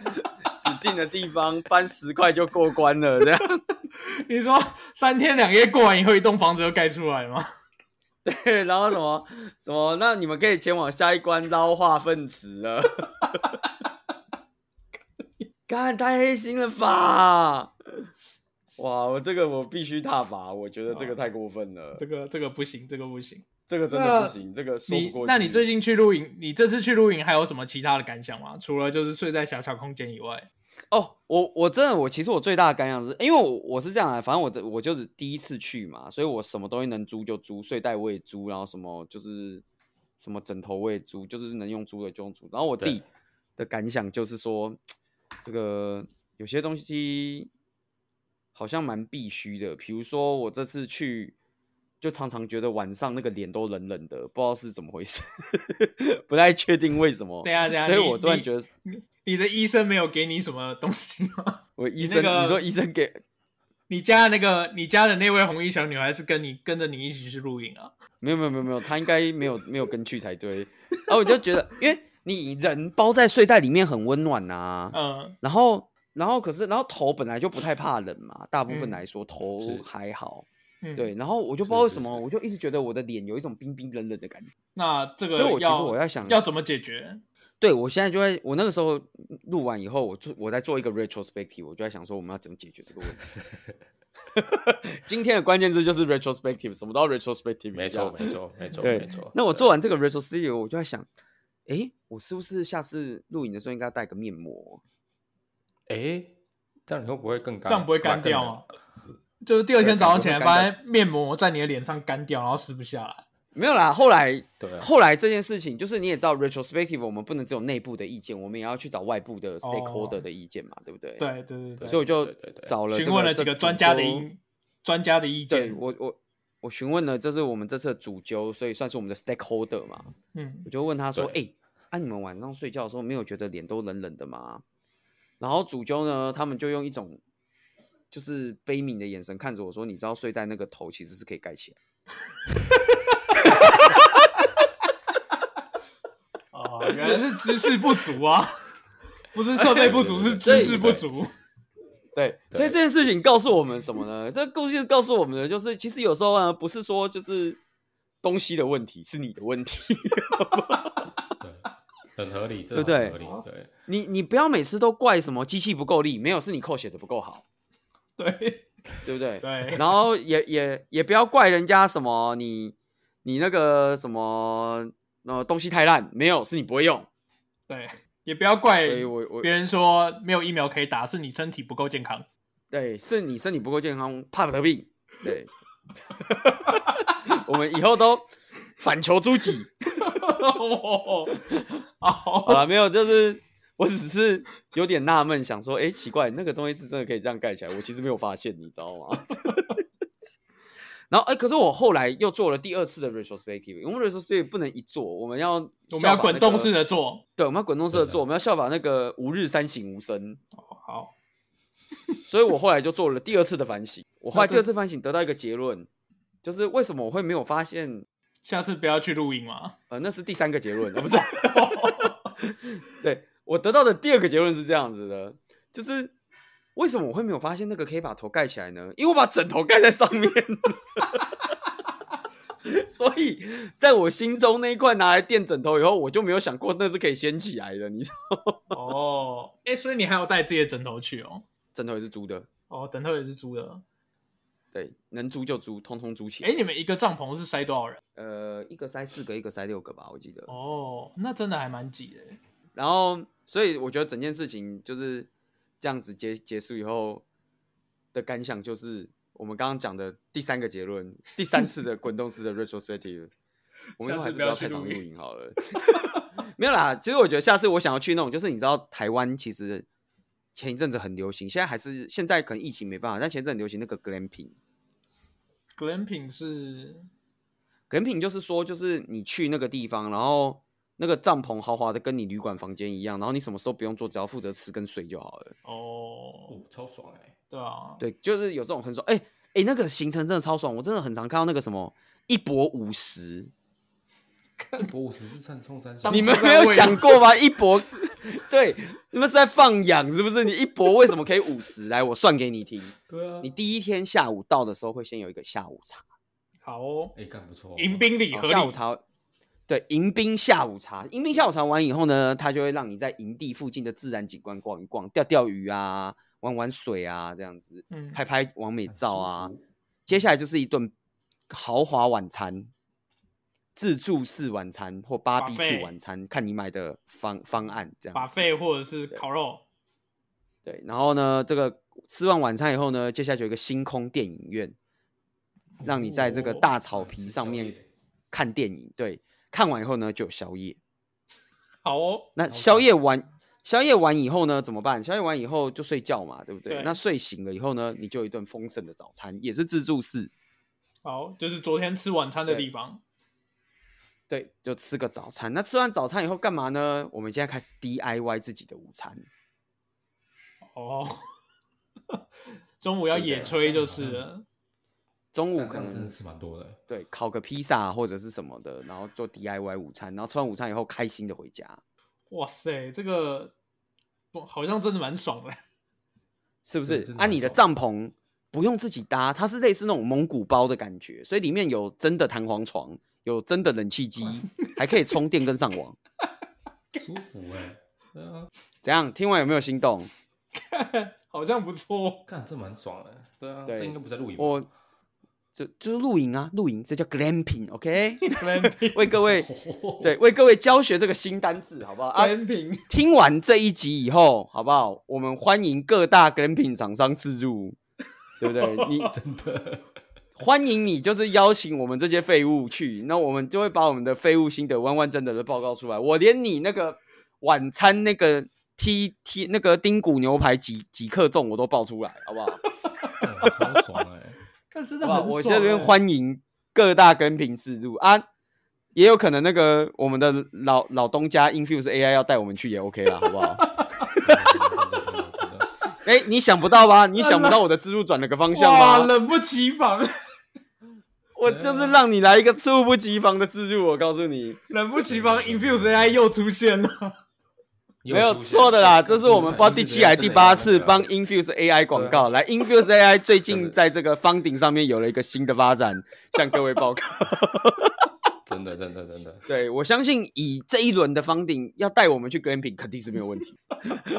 [SPEAKER 2] 指定的地方，搬十块就过关了，这样。
[SPEAKER 1] 你说三天两夜过完以后，一栋房子就盖出来吗？
[SPEAKER 2] 对，然后什么什么，那你们可以前往下一关捞化粪池了。干太黑心了吧！哇，我这个我必须踏伐，我觉得这个太过分了，
[SPEAKER 1] 这个这个不行，这个不行。
[SPEAKER 2] 这个真的不行，这个说不
[SPEAKER 1] 你
[SPEAKER 2] 过去。
[SPEAKER 1] 那你最近去露营，你这次去露营还有什么其他的感想吗？除了就是睡在狭小空间以外，
[SPEAKER 2] 哦，我我真的我其实我最大的感想是，因为我我是这样啊，反正我的我就是第一次去嘛，所以我什么东西能租就租，睡袋我也租，然后什么就是什么枕头我也租，就是能用租的就用租。然后我自
[SPEAKER 3] 对
[SPEAKER 2] 己的感想就是说，这个有些东西好像蛮必须的，比如说我这次去。就常常觉得晚上那个脸都冷冷的，不知道是怎么回事， 不太确定为什么。
[SPEAKER 1] 等一下等一下
[SPEAKER 2] 所以
[SPEAKER 1] 啊你
[SPEAKER 2] 我突然
[SPEAKER 1] 你
[SPEAKER 2] 觉得
[SPEAKER 1] 你 你的医生没有给你什么东西吗？
[SPEAKER 2] 我医
[SPEAKER 1] 那
[SPEAKER 2] 生，
[SPEAKER 1] 个
[SPEAKER 2] 你说医生给
[SPEAKER 1] 你家的那个你家的那位红衣小女孩是跟你跟着你一起去露营啊？
[SPEAKER 2] 没有没有没有没有，他应该没有没有跟去才对。然后我就觉得，因为你人包在睡袋里面很温暖呐、
[SPEAKER 1] 嗯，
[SPEAKER 2] 然后然后可是然后头本来就不太怕冷嘛，大部分来说头
[SPEAKER 3] 是
[SPEAKER 2] 还
[SPEAKER 1] 嗯
[SPEAKER 2] 好。对，。然后我就不知道为
[SPEAKER 3] 是
[SPEAKER 2] 什么，我就一直觉得我的脸有一种冰冰冷冷的感觉。
[SPEAKER 1] 那这个
[SPEAKER 2] 所以我其
[SPEAKER 1] 要
[SPEAKER 2] 实我在想，
[SPEAKER 1] 要怎么解决？
[SPEAKER 2] 对我现在就在我那个时候录完以后，我做我在做一个 retrospective，我就在想说我们要怎么解决这个问题。今天的关键字就是 retrospective，什么都要 retrospective 一
[SPEAKER 3] 没
[SPEAKER 2] 下
[SPEAKER 3] 错，没错，没错，
[SPEAKER 2] 对
[SPEAKER 3] 没错。
[SPEAKER 2] 那我做完这个 retro studio，我就在想，诶，我是不是下次录影的时候应该带个面膜？
[SPEAKER 3] 哎，这样你会不会更干？
[SPEAKER 1] 这样不会干掉啊
[SPEAKER 3] 更冷
[SPEAKER 1] 吗？就是第二天早上起来，
[SPEAKER 2] 对感觉会
[SPEAKER 1] 发
[SPEAKER 2] 干掉
[SPEAKER 1] 现面膜在你的脸上干掉，然后撕不下来。
[SPEAKER 2] 没有啦，后来
[SPEAKER 3] 对啊，
[SPEAKER 2] 后来这件事情，就是你也知道，retrospective 我们不能只有内部的意见，我们也要去找外部的 stakeholder 的意见嘛，对不对？。
[SPEAKER 1] 哦对对对
[SPEAKER 2] 所以我就
[SPEAKER 3] 对对对
[SPEAKER 2] 找了、
[SPEAKER 1] 对，
[SPEAKER 2] 这
[SPEAKER 1] 询问了几
[SPEAKER 2] 这
[SPEAKER 1] 个专家的
[SPEAKER 2] 主
[SPEAKER 1] 意专家的意
[SPEAKER 2] 对
[SPEAKER 1] 见，
[SPEAKER 2] 我我我询问了，这是我们这次的主揪，所以算是我们的 stakeholder 嘛。
[SPEAKER 1] 嗯
[SPEAKER 2] 我就问他说：“哎、
[SPEAKER 3] 对
[SPEAKER 2] 啊，你们晚上睡觉的时候没有觉得脸都冷冷的吗？”然后主揪呢，他们就用一种就是悲悯的眼神看着我说：“你知道睡袋那个头其实是可以盖起来的。
[SPEAKER 1] 啊，原来是知识不足 啊，不是设备不足，是知识不足。
[SPEAKER 2] 对，所以这件事情告诉我们什么呢？这故事告诉我们的就是，其实有时候啊，不是说就是东西的问题，是你的问题。
[SPEAKER 3] 对，很合理，这
[SPEAKER 2] 对不对
[SPEAKER 3] 很合理，对，
[SPEAKER 2] 你你不要每次都怪什么机器不够力，没有是你扣写的不够好，
[SPEAKER 1] 对
[SPEAKER 2] 哎对不对？
[SPEAKER 1] 对，
[SPEAKER 2] 然后也也也不要怪人家什么你你那个什么呃东西太烂，没有是你不会用，
[SPEAKER 1] 对，也不要怪
[SPEAKER 2] 所以我我
[SPEAKER 1] 别人说没有疫苗可以打，是你身体不够健 康。
[SPEAKER 2] 对是你身体不够健康，怕得病，对， 我们以后都反求诸己。好
[SPEAKER 1] 哦，
[SPEAKER 2] 了，没有，就是我只是有点纳闷，想说，哎、奇怪，那个东西是真的可以这样盖起来，我其实没有发现，你知道吗？ 然后，哎、可是我后来又做了第二次的 retrospective，因为 retrospective 不能一做，我们要
[SPEAKER 1] 我们
[SPEAKER 2] 效
[SPEAKER 1] 要
[SPEAKER 2] 法
[SPEAKER 1] 滚
[SPEAKER 2] 那
[SPEAKER 1] 动
[SPEAKER 2] 个
[SPEAKER 1] 式的做。
[SPEAKER 2] 对，我们要滚动式的
[SPEAKER 3] 对的
[SPEAKER 2] 做，我们要效仿那个吾日三省吾身，
[SPEAKER 1] 好，
[SPEAKER 2] 所以我后来就做了第二次的反省。我后来
[SPEAKER 1] 那这
[SPEAKER 2] 第二次反省得到一个结论，就是为什么我会没有发现？
[SPEAKER 1] 下次不要去录影 嘛。
[SPEAKER 2] 呃，那是第三个结论，啊、不是？ 对我得到的第二个结论是这样子的，就是为什么我会没有发现那个可以把头盖起来呢？因为我把枕头盖在上面。 所以，在我心中那一块拿来垫枕头以后，我就没有想过那是可以掀起来的。你知道，
[SPEAKER 1] 哦，哎，所以你还要带自己的枕头去哦。
[SPEAKER 2] 枕头也是租的，
[SPEAKER 1] 哦，枕头也是租的。
[SPEAKER 2] 对，能租就租，通通租起来。
[SPEAKER 1] 哎，你们一个帐篷是塞多少人？
[SPEAKER 2] 呃，一个塞四个，一个塞六个吧，我记得。
[SPEAKER 1] 哦，那真的还蛮挤的。
[SPEAKER 2] 然后，所以我觉得整件事情就是这样子结结束以后的感想，就是我们刚刚讲的第三个结论，第三次的滚动式的 retrospective，我们
[SPEAKER 1] 下
[SPEAKER 2] 以后还
[SPEAKER 1] 次
[SPEAKER 2] 是
[SPEAKER 1] 不要
[SPEAKER 2] 要
[SPEAKER 1] 去
[SPEAKER 2] 太常
[SPEAKER 1] 露
[SPEAKER 2] 露
[SPEAKER 1] 营
[SPEAKER 2] 营好了。 没有啦，其实我觉得下次我想要去那种，就是你知道台湾其实前一阵子很流行，现在还是现在可能疫情没办法，但前一阵很流行那个 glamping。
[SPEAKER 1] Glamping 是
[SPEAKER 2] glamping 就是说，就是你去那个地方，然后那个帐篷豪华的，跟你旅馆房间一样，然后你什么时候不用做，只要负责吃跟睡就好了。
[SPEAKER 1] 哦，
[SPEAKER 3] 哦，超爽哎，
[SPEAKER 1] 对啊，
[SPEAKER 2] 对，就是有这种很爽。哎、哎、那个行程真的超爽，我真的很常看到那个什么一博五十，
[SPEAKER 3] 一博五十是上冲山
[SPEAKER 1] 当
[SPEAKER 3] 上，
[SPEAKER 2] 你
[SPEAKER 1] 初
[SPEAKER 2] 们
[SPEAKER 1] 在
[SPEAKER 2] 没有
[SPEAKER 1] 为
[SPEAKER 2] 想过吗？一博， 对，你们是在放养是不是？你一博为什么可以五十？来，我算给你听。
[SPEAKER 3] 对啊
[SPEAKER 2] 你，第一天下午到的时候会先有一个下午茶，
[SPEAKER 1] 好哦，
[SPEAKER 3] 哎，干不错哦，
[SPEAKER 1] 迎宾礼
[SPEAKER 2] 哦
[SPEAKER 1] 合
[SPEAKER 2] 下午
[SPEAKER 1] 理。
[SPEAKER 2] 茶，对，迎宾下午茶，迎宾下午茶完以后呢，它就会让你在营地附近的自然景观逛一逛，钓钓鱼啊，玩玩水啊，这样子，
[SPEAKER 1] 嗯，
[SPEAKER 2] 拍拍完美
[SPEAKER 3] 很
[SPEAKER 2] 照
[SPEAKER 3] 舒
[SPEAKER 2] 啊
[SPEAKER 3] 服。
[SPEAKER 2] 接下来就是一顿豪华晚餐，自助式晚餐或
[SPEAKER 1] Buffet
[SPEAKER 2] BBQ 晚餐，看你买的方方案这
[SPEAKER 1] 把
[SPEAKER 2] 样子。
[SPEAKER 1] 肺或者是烤肉。
[SPEAKER 2] 对，然后呢，这个吃完晚餐以后呢，接下来就有一个星空电影院，让你在这个
[SPEAKER 1] 哦
[SPEAKER 2] 大草
[SPEAKER 3] 吃
[SPEAKER 2] 皮
[SPEAKER 3] 宵
[SPEAKER 2] 上面
[SPEAKER 3] 夜
[SPEAKER 2] 看电影。对，看完以后呢，就有宵夜。
[SPEAKER 1] 好哦，
[SPEAKER 2] 那
[SPEAKER 3] 好
[SPEAKER 2] 宵
[SPEAKER 3] 爽
[SPEAKER 2] 夜完，宵夜完以后呢，怎么办？宵夜完以后就睡觉嘛，对不对？
[SPEAKER 1] 对
[SPEAKER 2] 那睡醒了以后呢，你就有一顿丰盛的早餐，也是自助式。
[SPEAKER 1] 好，就是昨天吃晚餐的地方。
[SPEAKER 2] 对，就吃个早餐。那吃完早餐以后干嘛呢？我们现在开始 DIY 自己的午餐。
[SPEAKER 1] 哦， 中午要野炊就是了。
[SPEAKER 2] 中午
[SPEAKER 3] 干
[SPEAKER 2] 可
[SPEAKER 3] 这样真的
[SPEAKER 2] 能
[SPEAKER 3] 是蛮多的欸，
[SPEAKER 2] 对烤个披萨或者是什么的，然后做 DIY 午餐，然后吃完午餐以后开心的回家，
[SPEAKER 1] 哇塞，这个不好像真的蛮爽的。
[SPEAKER 2] 是不
[SPEAKER 3] 对
[SPEAKER 2] 是
[SPEAKER 3] 真？
[SPEAKER 2] 啊，
[SPEAKER 3] 的蛮
[SPEAKER 2] 你的
[SPEAKER 3] 爽
[SPEAKER 2] 帐篷不用自己搭，它是类似那种蒙古包的感觉，所以里面有真的弹簧床，有真的冷气 机，还可以充电跟上网。
[SPEAKER 3] 舒服哎，对啊，
[SPEAKER 2] 怎样？听完有没有心动？
[SPEAKER 1] 好像不 错，
[SPEAKER 3] 干这蛮爽的，对啊，
[SPEAKER 2] 对
[SPEAKER 3] 这应该不在露营吧，
[SPEAKER 2] 我这就是露营啊，露营这叫 glamping，OK？、
[SPEAKER 1] glamping
[SPEAKER 2] 为各 位对为各位教学这个新单字，好不好啊？
[SPEAKER 1] glamping，
[SPEAKER 2] 听完这一集以后，好不好？我 们欢迎各大 glamping 厂商自入，对不对？你
[SPEAKER 3] 真的，
[SPEAKER 2] 欢迎你，就是邀请我们这些废物去，那我们就会把我们的废物心得完完整整的报告出来。我连你那个晚餐那个 T T 那个丁骨牛排几几克重我都报出来，好不好？
[SPEAKER 3] 超爽哎、
[SPEAKER 1] 看真
[SPEAKER 2] 好
[SPEAKER 1] 的很
[SPEAKER 2] 不好？
[SPEAKER 1] 爽
[SPEAKER 2] 我现在这边
[SPEAKER 1] 欸
[SPEAKER 2] 欢迎各大跟评制度啊，也有可能那个我们的老老东家 Infuse AI 要带我们去也 OK 啦，好不好？哎、你想不到 吧？你想不到我的之路转了个方向
[SPEAKER 1] 哇，
[SPEAKER 2] 吗？
[SPEAKER 1] 冷不其防，
[SPEAKER 2] 我就是让你来一个猝不及防的之路，我告诉你，
[SPEAKER 1] 冷不其防，Infuse AI 又出现了。
[SPEAKER 2] 没有错的啦。这是我们不知道第七还是第八次帮 Infuse AI 广告。来，Infuse AI 最
[SPEAKER 3] 真的
[SPEAKER 2] 近在这个方顶上面有了一个新的发展，向各位报告。
[SPEAKER 3] 真的真的真的，
[SPEAKER 2] 对，我相信以这一轮的房顶要带我们去 glamping 肯定是没有问题，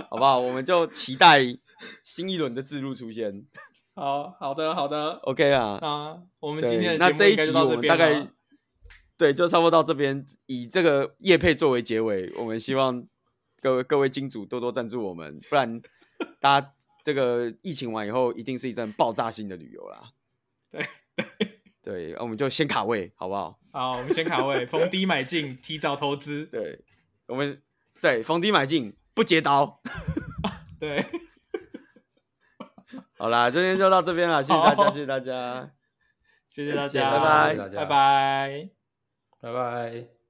[SPEAKER 2] 好不好？我们就期待新一轮的自路出现。
[SPEAKER 1] 好好的好的，
[SPEAKER 2] OK 啊，
[SPEAKER 1] 那我们今
[SPEAKER 2] 对，
[SPEAKER 1] 天
[SPEAKER 2] 那
[SPEAKER 1] 的
[SPEAKER 2] 这
[SPEAKER 1] 节目应该
[SPEAKER 2] 一集
[SPEAKER 1] 就到
[SPEAKER 2] 我
[SPEAKER 1] 这
[SPEAKER 2] 们
[SPEAKER 1] 边
[SPEAKER 2] 大
[SPEAKER 1] 了。
[SPEAKER 2] 概对，就差不多到这边，以这个叶配作为结尾。我们希望各位各位金主多多赞助我们，不然大家这个疫情完以后，一定是一阵爆炸性的旅游啦。
[SPEAKER 1] 对
[SPEAKER 2] 对，那我们就先卡位，好不好？
[SPEAKER 1] 好，我们先卡位，逢低买进，提早投资。
[SPEAKER 2] 对，我们对逢低买进，不接刀。
[SPEAKER 1] 对，
[SPEAKER 2] 好啦，今天就到这边了，谢谢大家，谢谢大家。
[SPEAKER 1] 谢谢大
[SPEAKER 3] 谢谢
[SPEAKER 1] 家，
[SPEAKER 2] 大家
[SPEAKER 3] 谢谢大家
[SPEAKER 1] 拜拜。
[SPEAKER 3] 拜拜。